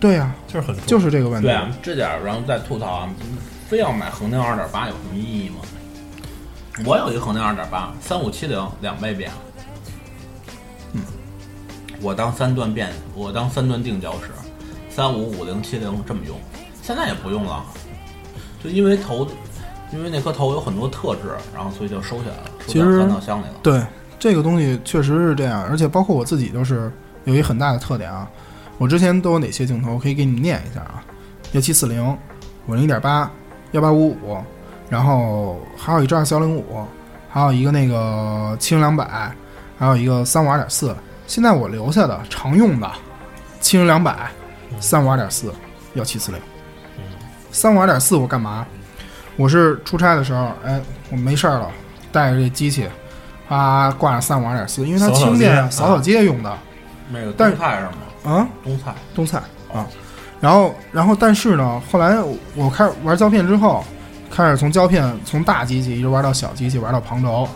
对呀、就是很重。就是这个问题。对啊，这点儿然后再吐槽啊，非要买恒定二点八有什么意义吗？我有一个恒定二点八，三五七零两倍变。嗯，我当三段变，我当三段定焦时，三五五零七零这么用，现在也不用了，就因为头，因为那颗头有很多特质，然后所以就收起来了，收其到实翻到箱里了。对这个东西确实是这样，而且包括我自己就是有一很大的特点啊。我之前都有哪些镜头，我可以给你们念一下啊：幺七四零、五零一点八、幺八五五，然后还有一支二幺零五，还有一个那个七零两百，还有一个三五二点四。现在我留下的常用的七零两百、嗯三五二点四、幺七四零。三五二点四我干嘛？我是出差的时候，哎，我没事儿了，带着这机器，啊，挂上三五二点四，因为它扫扫轻便，街啊扫扫街用的那个但东菜是吗？啊。东菜东菜啊。然后，然后，但是呢，后来我我开始玩胶片之后，开始从胶片从大机器一直玩到小机器，玩到旁轴，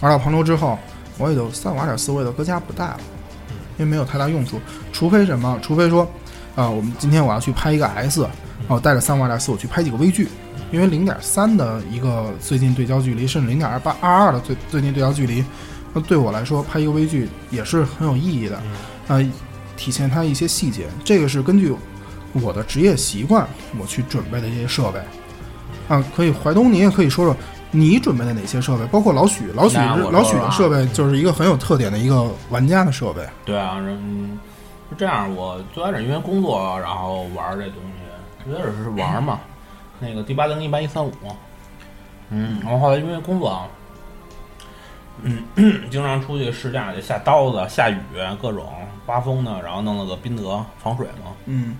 玩到旁轴之后，我也就三五二点四，我也就搁家不带了，因为没有太大用处。除非什么？除非说，啊、我们今天我要去拍一个 S，啊，我带着三五二点四，我去拍几个微距，因为零点三的一个最近对焦距离，甚至零点二八二二的最最近对焦距离，那对我来说拍一个微距也是很有意义的，嗯呃，体现它一些细节。这个是根据我的职业习惯我去准备的这些设备。啊，可以，怀东，你也可以说说你准备的哪些设备，包括老许，老许那是我老说许说的啊设备就是一个很有特点的一个玩家的设备。对啊，人是这样。我最开始因为工作，然后玩儿这东西，最开始是玩儿嘛，那个 D 八零一八一三五，嗯，然后后来因为工作啊，嗯，经常出去试驾去，下刀子、下雨，各种刮风的，然后弄了个宾得防水嘛，嗯，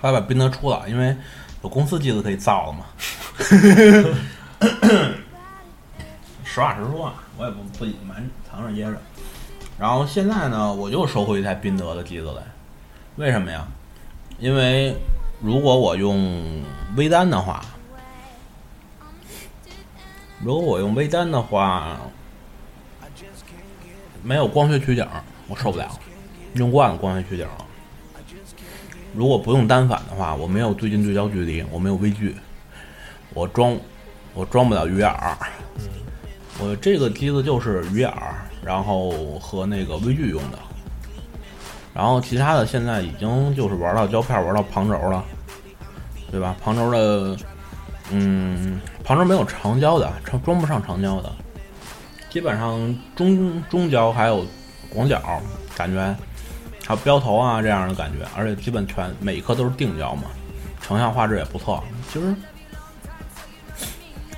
后来把宾得出了，因为有公司机子可以造了嘛。实话实说，啊，我也不不隐瞒，藏着掖着。然后现在呢，我又收回一台宾得的机子来，为什么呀？因为如果我用微单的话，如果我用微单的话，没有光学取景，我受不了，用惯了光学取景了。如果不用单反的话，我没有最近对焦距离，我没有微距，我装我装不了鱼眼儿。我呃这个机子就是鱼眼儿，然后和那个微距用的。然后其他的现在已经就是玩到胶片，玩到旁轴了，对吧？旁轴的，嗯，旁轴没有长焦的，长装不上长焦的，基本上中中焦还有广角，感觉还有标头啊这样的感觉，而且基本全每一颗都是定焦嘛，成像画质也不错。其实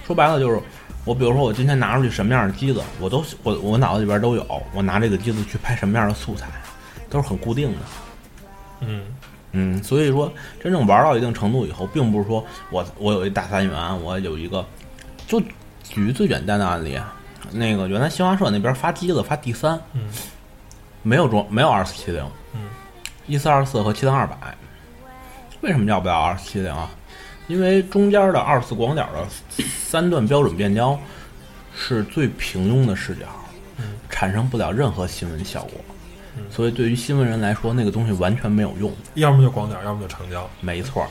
说白了就是，我比如说我今天拿出去什么样的机子，我都我我脑子里边都有，我拿这个机子去拍什么样的素材，都是很固定的。嗯，嗯，所以说真正玩到一定程度以后，并不是说我我有一大三元，我有一个，就举最简单的案例，啊那个原来新华社那边发机子发 D 三，嗯，没有装没有二四七零，嗯，一四二四和七零二百，为什么要不要二四七零啊？因为中间的二次广角的三段标准变焦是最平庸的视角，产生不了任何新闻效果。所以对于新闻人来说，那个东西完全没有用。要么就广角，要么就长焦。没错儿，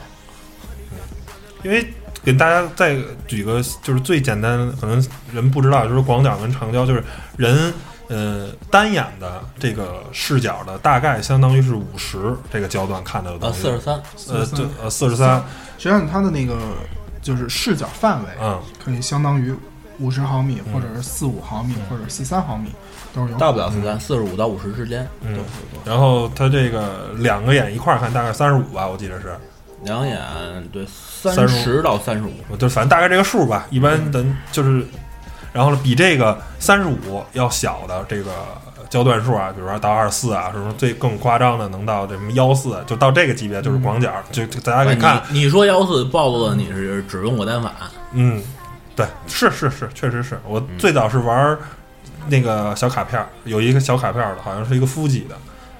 因为给大家再举个就是最简单，可能人不知道，就是广角跟长焦，就是人呃单眼的这个视角的大概相当于是五十这个焦段看到的呃，东西四十，三，呃43对呃四十三，实际上它的那个就是视角范围嗯，可以相当于五十毫米，嗯或者是四五毫米，或者是三毫米，都是有到嗯不了四十三，四十五到五十之间。嗯对对对，然后它这个两个眼一块儿看大概三十五吧，我记得是，两眼对三35十到三十五，我就反正大概这个数吧。一般咱就是，然后呢比这个三十五要小的这个焦段数啊，比如说到二四啊，什么最更夸张的能到这什么幺四，啊就到这个级别就是广角，就就大家可以看，你你说幺四暴露了你是只用过单反，嗯，对，是是是，确实是我最早是玩儿那个小卡片儿，有一个小卡片儿的，好像是一个夫吉的，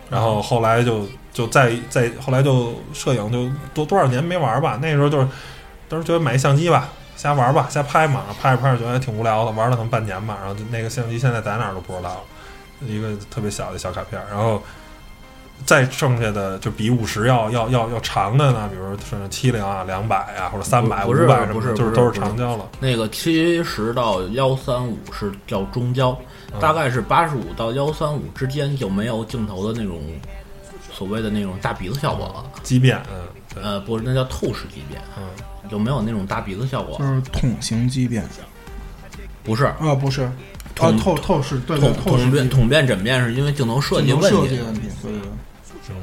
然嗯后后来就就再再后来就摄影就多多少年没玩儿吧，那时候就是当时觉得买一相机吧，瞎玩儿吧，瞎拍嘛，拍着拍着觉得还挺无聊的，玩了可能半年吧，然后就那个相机现在在哪儿都不知道了，一个特别小的小卡片儿，然后。再剩下的就比五十要要要要长的呢，比如说七零啊、两百啊，或者三百、五不是百什不么是的，就不是都不是是长焦了。那个七十到幺三五是叫中焦，嗯大概是八十五到幺三五之间就没有镜头的那种所谓的那种大鼻子效果了。畸变，嗯，对，呃，不是，那叫透视畸变，嗯，就没有那种大鼻子效果就。是桶形畸变不是啊，不是啊，嗯桶透透视对对统透视统变镜统变枕变是因为镜头设计头问设题计，问题，对对对。嗯，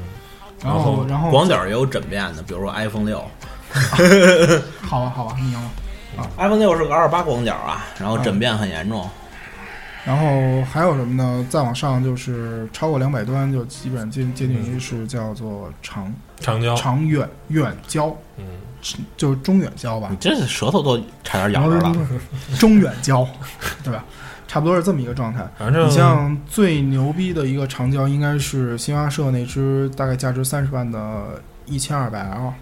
然后然后广角也有枕变的，比如说 iPhone 六好吧好吧，你赢了。 ，iPhone 六是个二十八广角啊，然后嗯枕变很严重。然后还有什么呢？再往上就是超过两百端，就基本接接近于是叫做长长嗯焦，长远远焦，嗯，就是中远焦吧你，这舌头都差点咬着了。中远焦，对吧？差不多是这么一个状态。反正你像最牛逼的一个长焦，应该是新华社那只大概价值三十万的一千二百 L，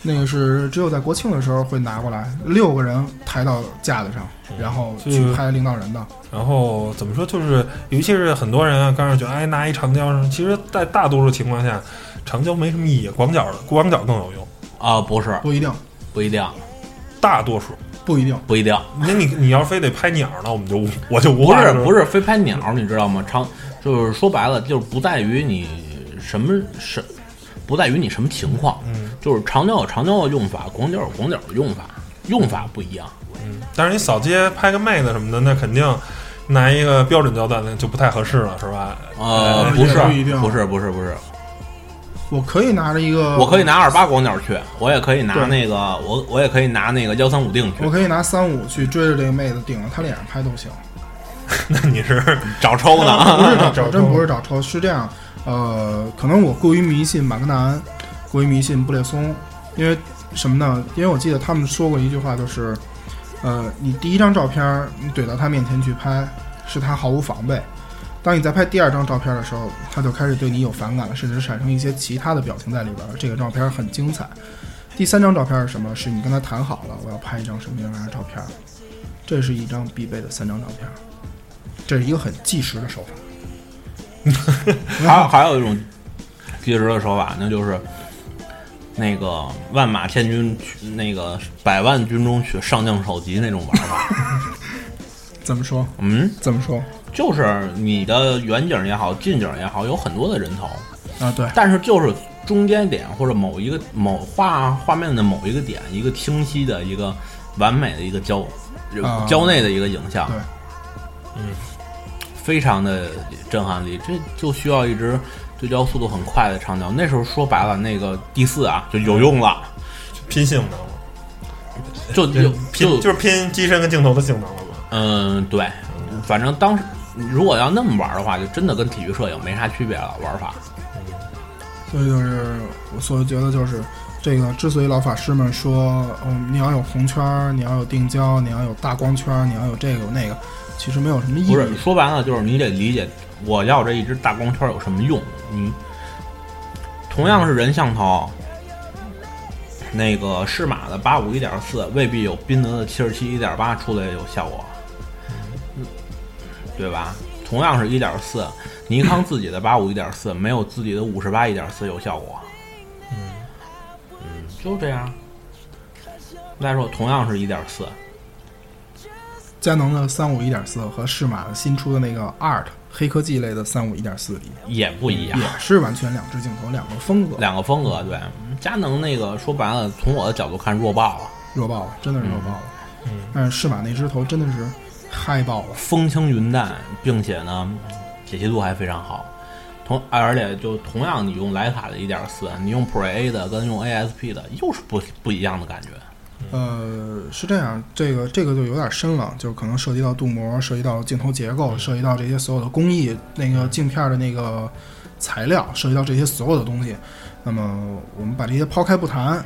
那个是只有在国庆的时候会拿过来，六个人抬到架子上，然后去拍领导人的。然后怎么说，就是尤其是很多人啊，刚开始觉得哎拿一长焦，其实，在大多数情况下，长焦没什么意义，广角广角更有用，啊，不是，不一定，不一定，大多数。不一定。不一定，那你你要非得拍鸟呢，我们就无我就无不话是说不是非拍鸟，你知道吗？长就是说白了，就是不在于你什么什，不在于你什么情况，嗯就是长焦有长焦的用法，广角有广角的用法，用法不一样。嗯，但是你扫街拍个妹子什么的，那肯定拿一个标准焦段那就不太合适了，是吧？ 呃，哎不是也不一，定不是，不是，不是，我可以拿着一个，我可以，拿二八广角去，我也可以拿对那个，我我也可以拿那个幺三五定去嗯我，可以拿三五去追着这个妹子，顶着她脸上拍都行。那你是 找抽呢 不是找抽，找抽啊真不是找抽，是这样。呃，可能我过于迷信马格南，过于迷信布列松，因为什么呢？因为我记得他们说过一句话，就是，呃，你第一张照片儿你怼到他面前去拍，是他毫无防备。当你在拍第二张照片的时候，他就开始对你有反感了，甚至产生一些其他的表情在里边儿。这个照片很精彩。第三张照片是什么？是你跟他谈好了，我要拍一张什么样的照片儿，这是一张必备的三张照片儿，这是一个很计时的手法。还有还有一种计时的手法，那就是那个万马千军取那个百万军中取上将首级那种玩 法。怎么说？嗯，怎么说？就是你的远景也好，近景也好，有很多的人头，啊，对，但是就是中间点或者某一个某画画面的某一个点，一个清晰的一个完美的一个焦啊焦内的一个影像，对嗯，非常的震撼力，这就需要一支对焦速度很快的长焦。那时候说白了，那个第四啊就有用了，拼性能，就就拼就就是拼机身跟镜头的性能了嘛。嗯对，反正当时如果要那么玩的话，就真的跟体育摄影没啥区别了，玩法。所以就是我所以觉得就是这个，之所以老法师们说，嗯，你要有红圈儿，你要有定焦，你要有大光圈儿，你要有这个有那个，其实没有什么意不是义。说白了，就是你得理解我要这一支大光圈嗯有什么用。你同样是人像头，那个适马的八五一点四未必有宾得的七十七一点八出来有效果，对吧？同样是一点四，尼康自己的八五一点四没有自己的五十八一点四有效果。嗯，就这样。再说，同样是一点四，佳能的三五一点四和适马的新出的那个 Art 黑科技类的三五一点四里，也不一样。也是完全两只镜头，两个风格，两个风格，对，佳能那个说白了，从我的角度看弱爆了，弱爆了，真的是弱爆了。嗯，但是适马那只头真的是嗨爆了，风轻云淡，并且呢，解析度还非常好。同而且就同样，你用徕卡的一点四，你用 Pre A 的跟用 ASP 的又是不不一样的感觉。呃，是这样，这个这个就有点深了，就可能涉及到镀膜，涉及到镜头结嗯构，涉及到这些所有的工艺，那个镜片的那个材料，涉及到这些所有的东西。那么我们把这些抛开不谈，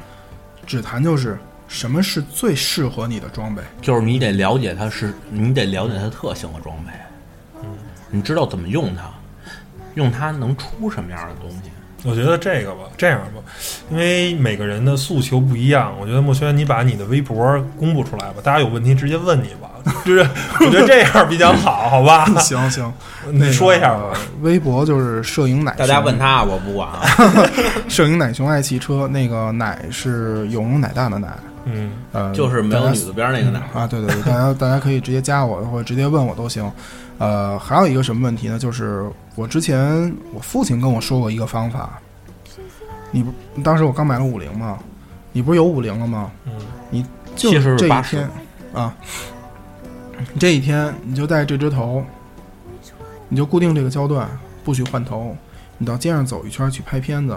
只谈就是什么是最适合你的装备。 就是你得了解它是，你得了解它特性和装备，你知道怎么用它，用它能出什么样的东西。我觉得这个吧，这样吧，因为每个人的诉求不一样，我觉得墨轩，你把你的微博公布出来吧，大家有问题直接问你吧， 就是我觉得这样比较好，好 吧？行行，那你个说一下吧。微博就是摄影奶熊，大家问他，我不管啊。 摄影奶熊爱骑车，那个奶是有容乃大的奶，嗯，呃，就是没大有家女字边那个哪儿，啊，对对对，大家 大家可以直接加我或者直接问我都行。呃，还有一个什么问题呢？就是我之前我父亲跟我说过一个方法，你不当时我刚买了五菱嘛，你不是有五菱了吗？嗯，你就其实是这一80天啊，你这一天你就带这只头，你就固定这个焦段，不许换头，你到街上走一圈去拍片子，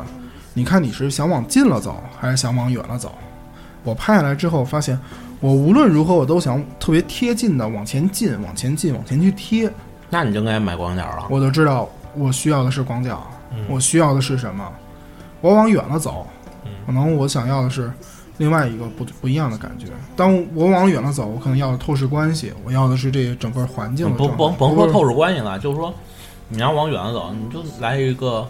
你看你是想往近了走还是想往远了走？我拍下来之后发现，我无论如何我都想特别贴近的往前进，往前进，往前去贴，那你就应该买广角了。我就知道我需要的是广角，嗯我需要的是什么。我往远了走嗯，可能我想要的是另外一个不不一样的感觉。当我往远了走，我可能要的透视关系，我要的是这整个环境的不状态。嗯甭甭说不是透视关系了，就是说你要往远了走，你就来一个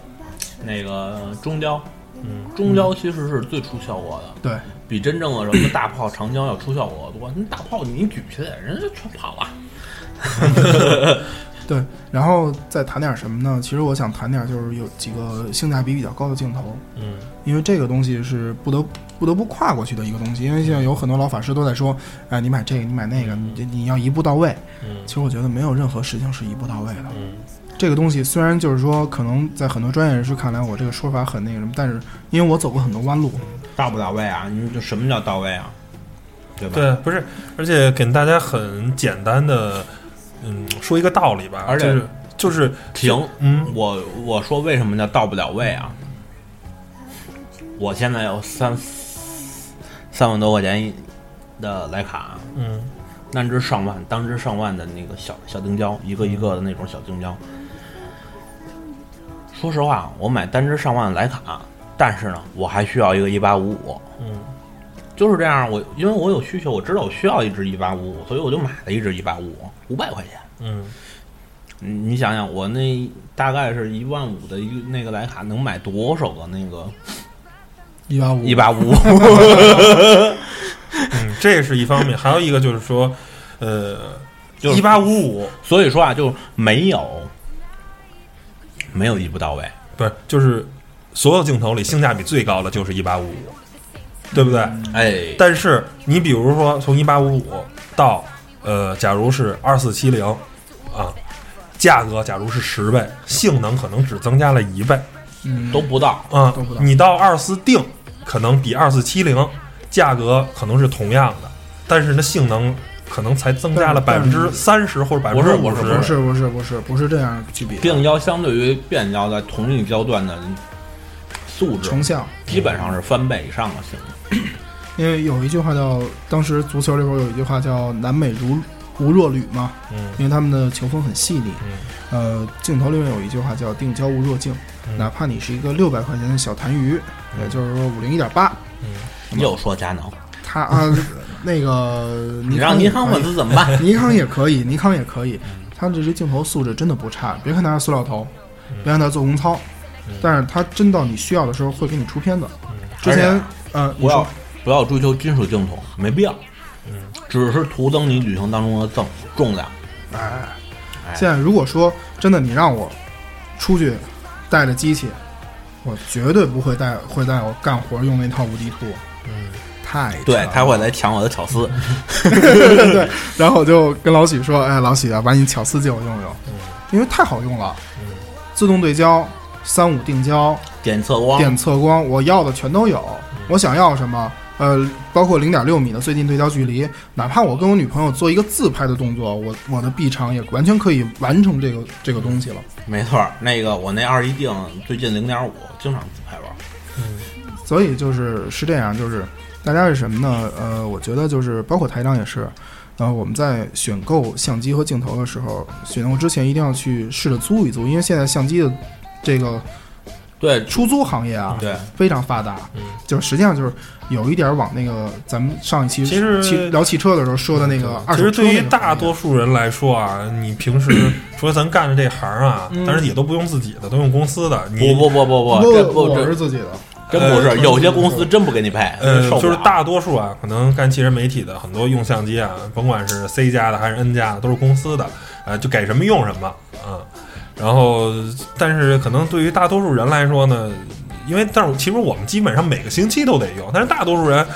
那个中焦，嗯，中焦其实是最出效果的，对，比真正的什么大炮、长江要出效果得多。你大炮你举起来，人家全跑了。对，然后再谈点什么呢？其实我想谈点就是有几个性价比比较高的镜头，嗯，因为这个东西是不得不得不跨过去的一个东西。因为现在有很多老法师都在说，哎，你买这个，你买那个，你你要一步到位。嗯其实我觉得没有任何事情是一步到位的。嗯这个东西虽然就是说，可能在很多专业人士看来，我这个说法很那个什么，但是因为我走过很多弯路，到不到位啊？你就什么叫到位啊？对吧？对，不是，而且给大家很简单的，嗯，说一个道理吧，而且就是就是，停，嗯我我说为什么叫到不了位啊？我现在有三三万多块钱的徕卡，啊嗯那只上万，当只上万的那个小小定焦，一个一个的那种小定焦。说实话，我买单只上万的徕卡，但是呢，我还需要一个一八五五，嗯就是这样。我因为我有需求，我知道我需要一只一八五五，所以我就买了一只一八五五，五百块钱。嗯你你想想，我那大概是一万五的一个那个徕卡，能买多少个那个一八五一八五？ 嗯，这是一方面，还有一个就是说，呃，就是一八五五，所以说啊，就没有没有一步到位。不是，就是所有镜头里性价比最高的就是一八五五，对不对？哎，但是你比如说从一八五五到呃，假如是二四七零啊，价格假如是十倍，性能可能只增加了一倍嗯都不到。啊都不到。你到二四定可能比二四七零价格可能是同样的，但是呢性能可能才增加了百但分是之三十或者百分不之是五不十。是不是不是不是这样去比的，变焦相对于变焦在同一焦段的素质，成像。基本上是翻倍以上的性能。因为有一句话叫，当时足球里边有一句话叫“南美如无弱旅”嘛，嗯因为他们的球风很细腻。嗯呃，镜头里面有一句话叫“定焦无弱镜”，嗯哪怕你是一个六百块钱的小痰盂，嗯也就是说五零一点八，嗯，又说佳能，它啊那个你让尼银康行也可以粉丝怎么办？尼康也可以，尼康也可以，它这支镜头素质真的不差。别看它是塑料头，别看它做工糙，但是它真到你需要的时候会给你出片子。之前 而且呃，你我要说不要追求金属镜头，没必要。嗯，只是图增你旅行当中的重重量。哎，哎现在如果说真的你让我出去带着机器，我绝对不会带会带我干活用那套五 D 图，嗯，太对扯，他会来抢我的巧思。对， 然后我就跟老许说：“哎，老许啊，把你巧思借我用用，因为太好用了，嗯自动对焦、三五定焦、点测光，嗯点测光，我要的全都有。我想要什么？呃，包括零点六米的最近对焦距离，哪怕我跟我女朋友做一个自拍的动作，我我的臂长也完全可以完成这个这个东西了。没错儿。那个我那二一定最近零点五，经常自拍玩儿。所以就是是这样，就是大家是什么呢？呃，我觉得就是包括台长也是，呃，我们在选购相机和镜头的时候，选购之前一定要去试着租一租，因为现在相机的这个对出租行业啊，对，非常发达，嗯就是实际上就是有一点往那个咱们上一期其实汽聊汽车的时候说的那个二其手实车对于那个大行业多数人来说啊，你平 时除了咱干的这行啊嗯，但是也都不用自己的，都用公司的。不你不不不不这过不我是这自己的，真不呃是，有些公司真不给你配，呃，受不就是了大多数啊，可能干汽车媒体的很多用相机啊，甭管是 C 家的还是 N 家的，都是公司的，呃，就给什么用什么，嗯。然后，但是可能对于大多数人来说呢，因为但是其实我们基本上每个星期都得用，但是大多数人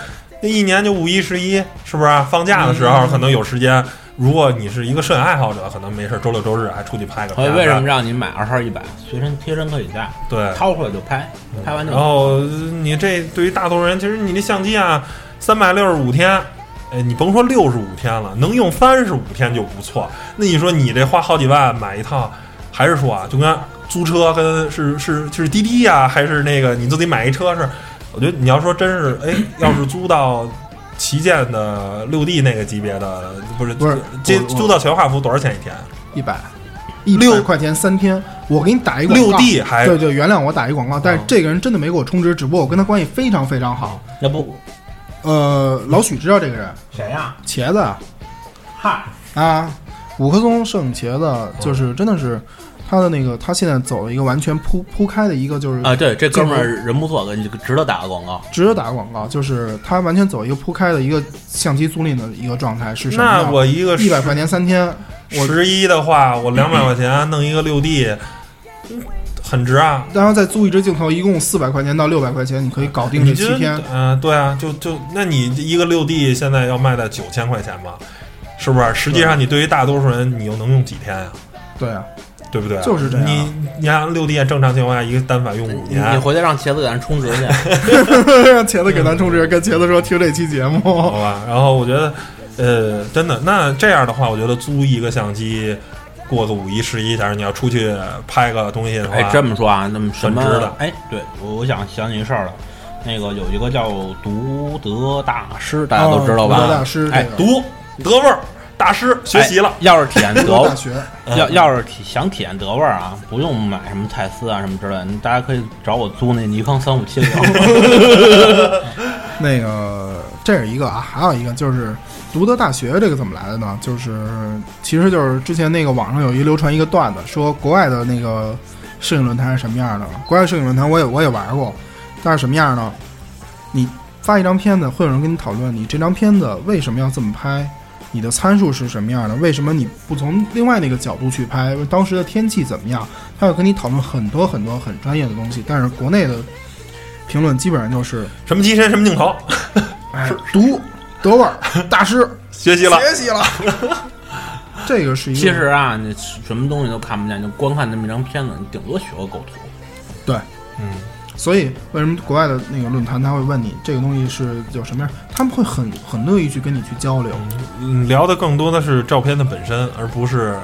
那一年就五一、十一，是不是、放假的时嗯候可能有时间。如果你是一个摄影爱好者，可能没事儿周六周日还出去拍个所以片。为什么？让你买二号一百，随身贴身可以带，对，掏出来就拍，拍完就然后呃你这对于大多数人，其实你这相机啊，三百六十五天，哎，你甭说六十五天了，能用三十五天就不错。那你说你这花好几万买一套，还是说啊，就跟租车跟是是是滴滴呀、还是那个你自己买一车是？我觉得你要说真是，哎，要是租到旗舰的六 D 那个级别的，不是不是接我我租到全画幅多少钱一天？一百。一百六块钱三天，我给你打一广告六 D 还对对，原谅我打一广告，但是嗯这个人真的没给我充值，只不过我跟他关系非常非常好。那不呃，老许知道这个人，谁呀？茄子嗨，啊，五棵松摄影茄子，就是真的是他的那个，他现在走了一个完全铺铺开的一个，就是呃啊，对，这哥们儿人不错，跟值得打个广告。值得打广告，就是他完全走一个铺开的一个相机租赁的一个状态是什么那样？我一个一百块钱三天，我十一的话，我两百块钱弄一个六 D，嗯很值啊。然后再租一支镜头，一共四百块钱到六百块钱，你可以搞定这你七这天。嗯、对啊，就就那你一个六 D 现在要卖到九千块钱吧，是不是？实际上你对于大多数人，你又能用几天呀、对啊，对不对？就是这样你你按六 D 按正常情况下，一个单反用五你你年，回去让茄子给咱充值 去， 让茄子给咱充值，跟茄子说听这期节目好。吧？然后我觉得，呃，真的，那这样的话，我觉得租一个相机，过个五一、十一，假如你要出去拍个东西的话，哎，这么说啊，那么什么很值得？哎，对我我想想起一事儿了，那个有一个叫独德大师，大家都知道吧？哦独德大师哎这，个读德味儿大师学习了。哎要是体验德读大学，要要是体想体验德味儿啊，不用买什么蔡司啊什么之类的，大家可以找我租那尼康三五七零。那个这是一个啊，还有一个就是读德大学这个怎么来的呢？就是其实就是之前那个网上有一流传一个段子，说国外的那个摄影论坛是什么样的？国外摄影论坛我也我也玩过，但是什么样呢？你发一张片子，会有人跟你讨论你这张片子为什么要这么拍。你的参数是什么样的？为什么你不从另外那个角度去拍？当时的天气怎么样？他会跟你讨论很多很多很专业的东西。但是国内的评论基本上就是什么机身，什么镜头，哎，读德味儿大 师学习了。学习 了。这个嗯是一个，其实啊，你什么东西都看不见，就光看那么一张片子，你顶多学个构图。嗯，所以为什么国外的那个论坛他会问你这个东西是有什么样？他们会很很乐意去跟你去交流，嗯聊的更多的是照片的本身，而不是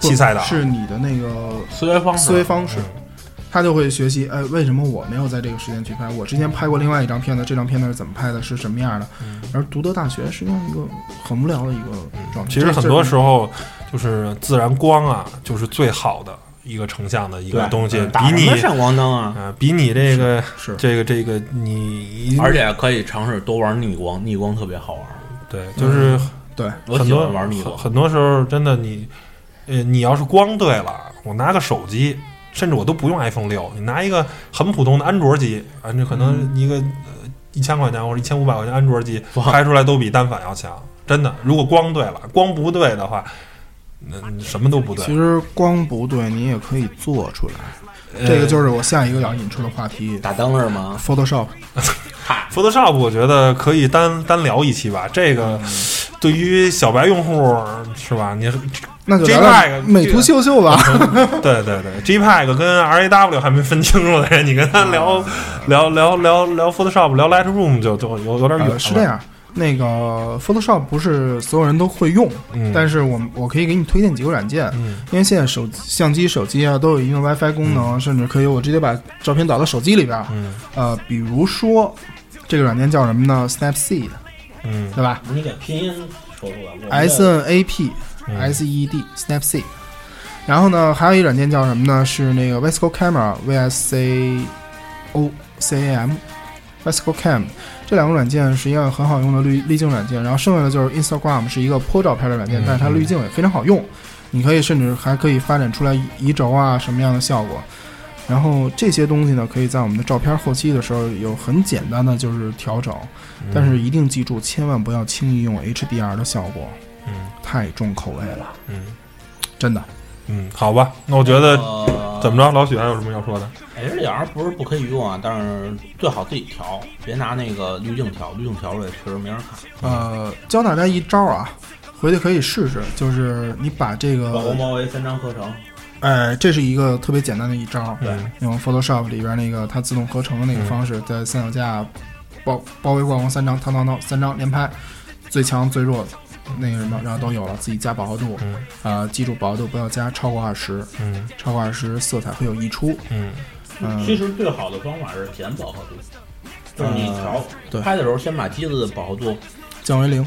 不器材的。啊是你的那个思维方式，思维方式嗯，他就会学习，哎，为什么我没有在这个时间去拍？我之前拍过另外一张片子，这张片子是怎么拍的，是什么样的？嗯而读德大学实际上一个很无聊的一个状态。其实很多时候，候就是自然光啊，就是最好的一个成像的一个对东西，打比什你么闪光灯啊？呃比你这个是这个这个你，而且可以尝试多玩逆光，逆光特别好玩。对，就是对，我很喜多欢玩逆光很，很多时候真的你，呃，你要是光对了，我拿个手机，甚至我都不用 iPhone 六，你拿一个很普通的安卓机啊，这可能一个、呃一千块钱或者一千五百块钱安卓机嗯哇拍出来都比单反要强，真的。如果光对了，光不对的话，那、什么都不对其。实光不对，你也可以做出来。呃这个就是我下一个要引出的话题打灯是吗？ ，Photoshop。呃 Photoshop 我觉得可以单单聊一期吧，这个嗯对于小白用户是吧？你那就这聊那聊个美图秀啊秀吧。对对对，JPEG 跟 RAW 还没分清楚的人，你跟他聊聊聊聊聊 Photoshop、聊 Lightroom 就就有有 点远了。呃是这，样，那个 Photoshop 不是所有人都会用，嗯但是我们我可以给你推荐几个软件，嗯因为现在手相机、手机啊都有一定的 WiFi 功能，甚至可以我直接把照片导到手机里边儿。嗯呃，比如说这个软件叫什么呢？Snapseed，嗯对吧你给拼音说出来。我们的？S N A P 嗯 S E D Snapseed。然后呢，还有一软件叫什么呢？是那个 Vesco Camera V S C O C A M Vesco Cam 这两个软件是一个很好用的滤滤镜软件。然后剩下的就是 Instagram 是一个剖照片的软件嗯，但是它滤镜也非常好用，你可以甚至还可以发展出来移轴啊什么样的效果。然后这些东西呢，可以在我们的照片后期的时候有很简单的就是调整，嗯但是一定记住，千万不要轻易用 HDR 的效果，嗯太重口味了，嗯真的。嗯，好吧，那我觉得呃怎么着，老许还有什么要说的？ HDR 呃不是不可以用啊，但是最好自己调，别拿那个滤镜调，滤镜调出来确实没人看。嗯呃，教大家一招啊，回去可以试试，就是你把这把红个，包为三张合成，哎，这是一个特别简单的一招，嗯用 Photoshop 里边那个它自动合成的那个方式，在三脚架包包围曝光三张，当当当，三张连拍，最强最弱。那个什么，然后都有了，自己加饱和度，嗯啊，记住饱和度不要加超过二十，嗯超过二十色彩会有溢出。嗯嗯其实最好的方法是减饱和度，就是你调、嗯对拍的时候先把机子的饱和度降为零，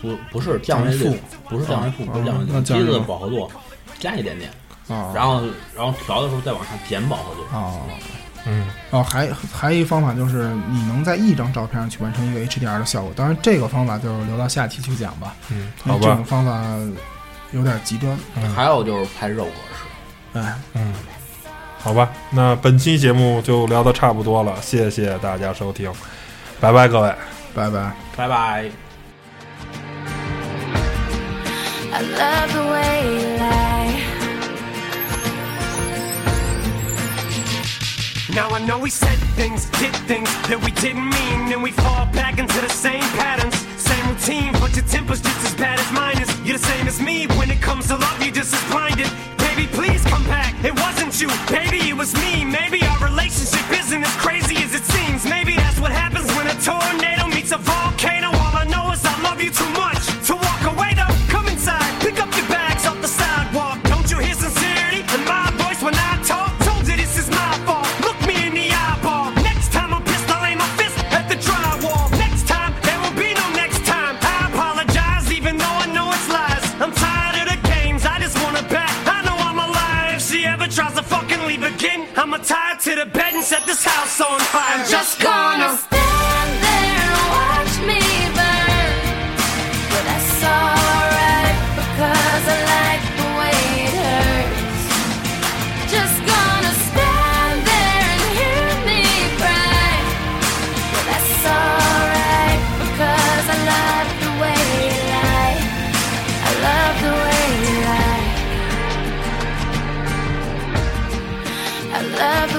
不不是降为降负为负，不是降为负，啊不是降为那负，降机为子的负饱和度加一点点，啊，然后然后调的时候再往上减饱和度。啊，嗯哦，还还有一方法就是，你能在一张照片上去完成一个 HDR 的效果。当然，这个方法就是留到下期去讲吧，嗯，因好为这吧种，方法有点极端。还有就是拍肉格式，哎，嗯。好吧，那本期节目就聊的差不多了，谢谢大家收听，拜拜各位。拜拜。拜拜。 I love the way you lie. Now I know we said things, did things that we didn't mean, and we fall back into the same patterns, same routine. But your temper's just as bad as mine is. You're the same as me when it comes to love, you're just as blinded. Baby, please come back. It wasn't you, baby, it was me. Maybe our relationship isn't as crazy as it seems. Maybe that's what happens when a tornado meets a volcano. All I know is I love you too much to walk away though. Come inside, pick up your bags off the sidewalk. Don't you hear sincerity in my voice when I talk? Told you this is my fault. Look me in the eyeball. Next time I'm pissed, I'll aim my fist at the drywall. Next time, there will be no next time. I apologize, even though I know it's lies. I'm tired of the games, I just wanna back. I know I'm a liar. If she ever tries to fucking leave again, I'ma tie her to the bed and set this house on fire. I'm just gonna. stand there and watch me burn. But that's alright because I like the way it hurts. Just gonna stand there and hear me cry. But that's alright because I love the way you lie. I love the way you lie. I love the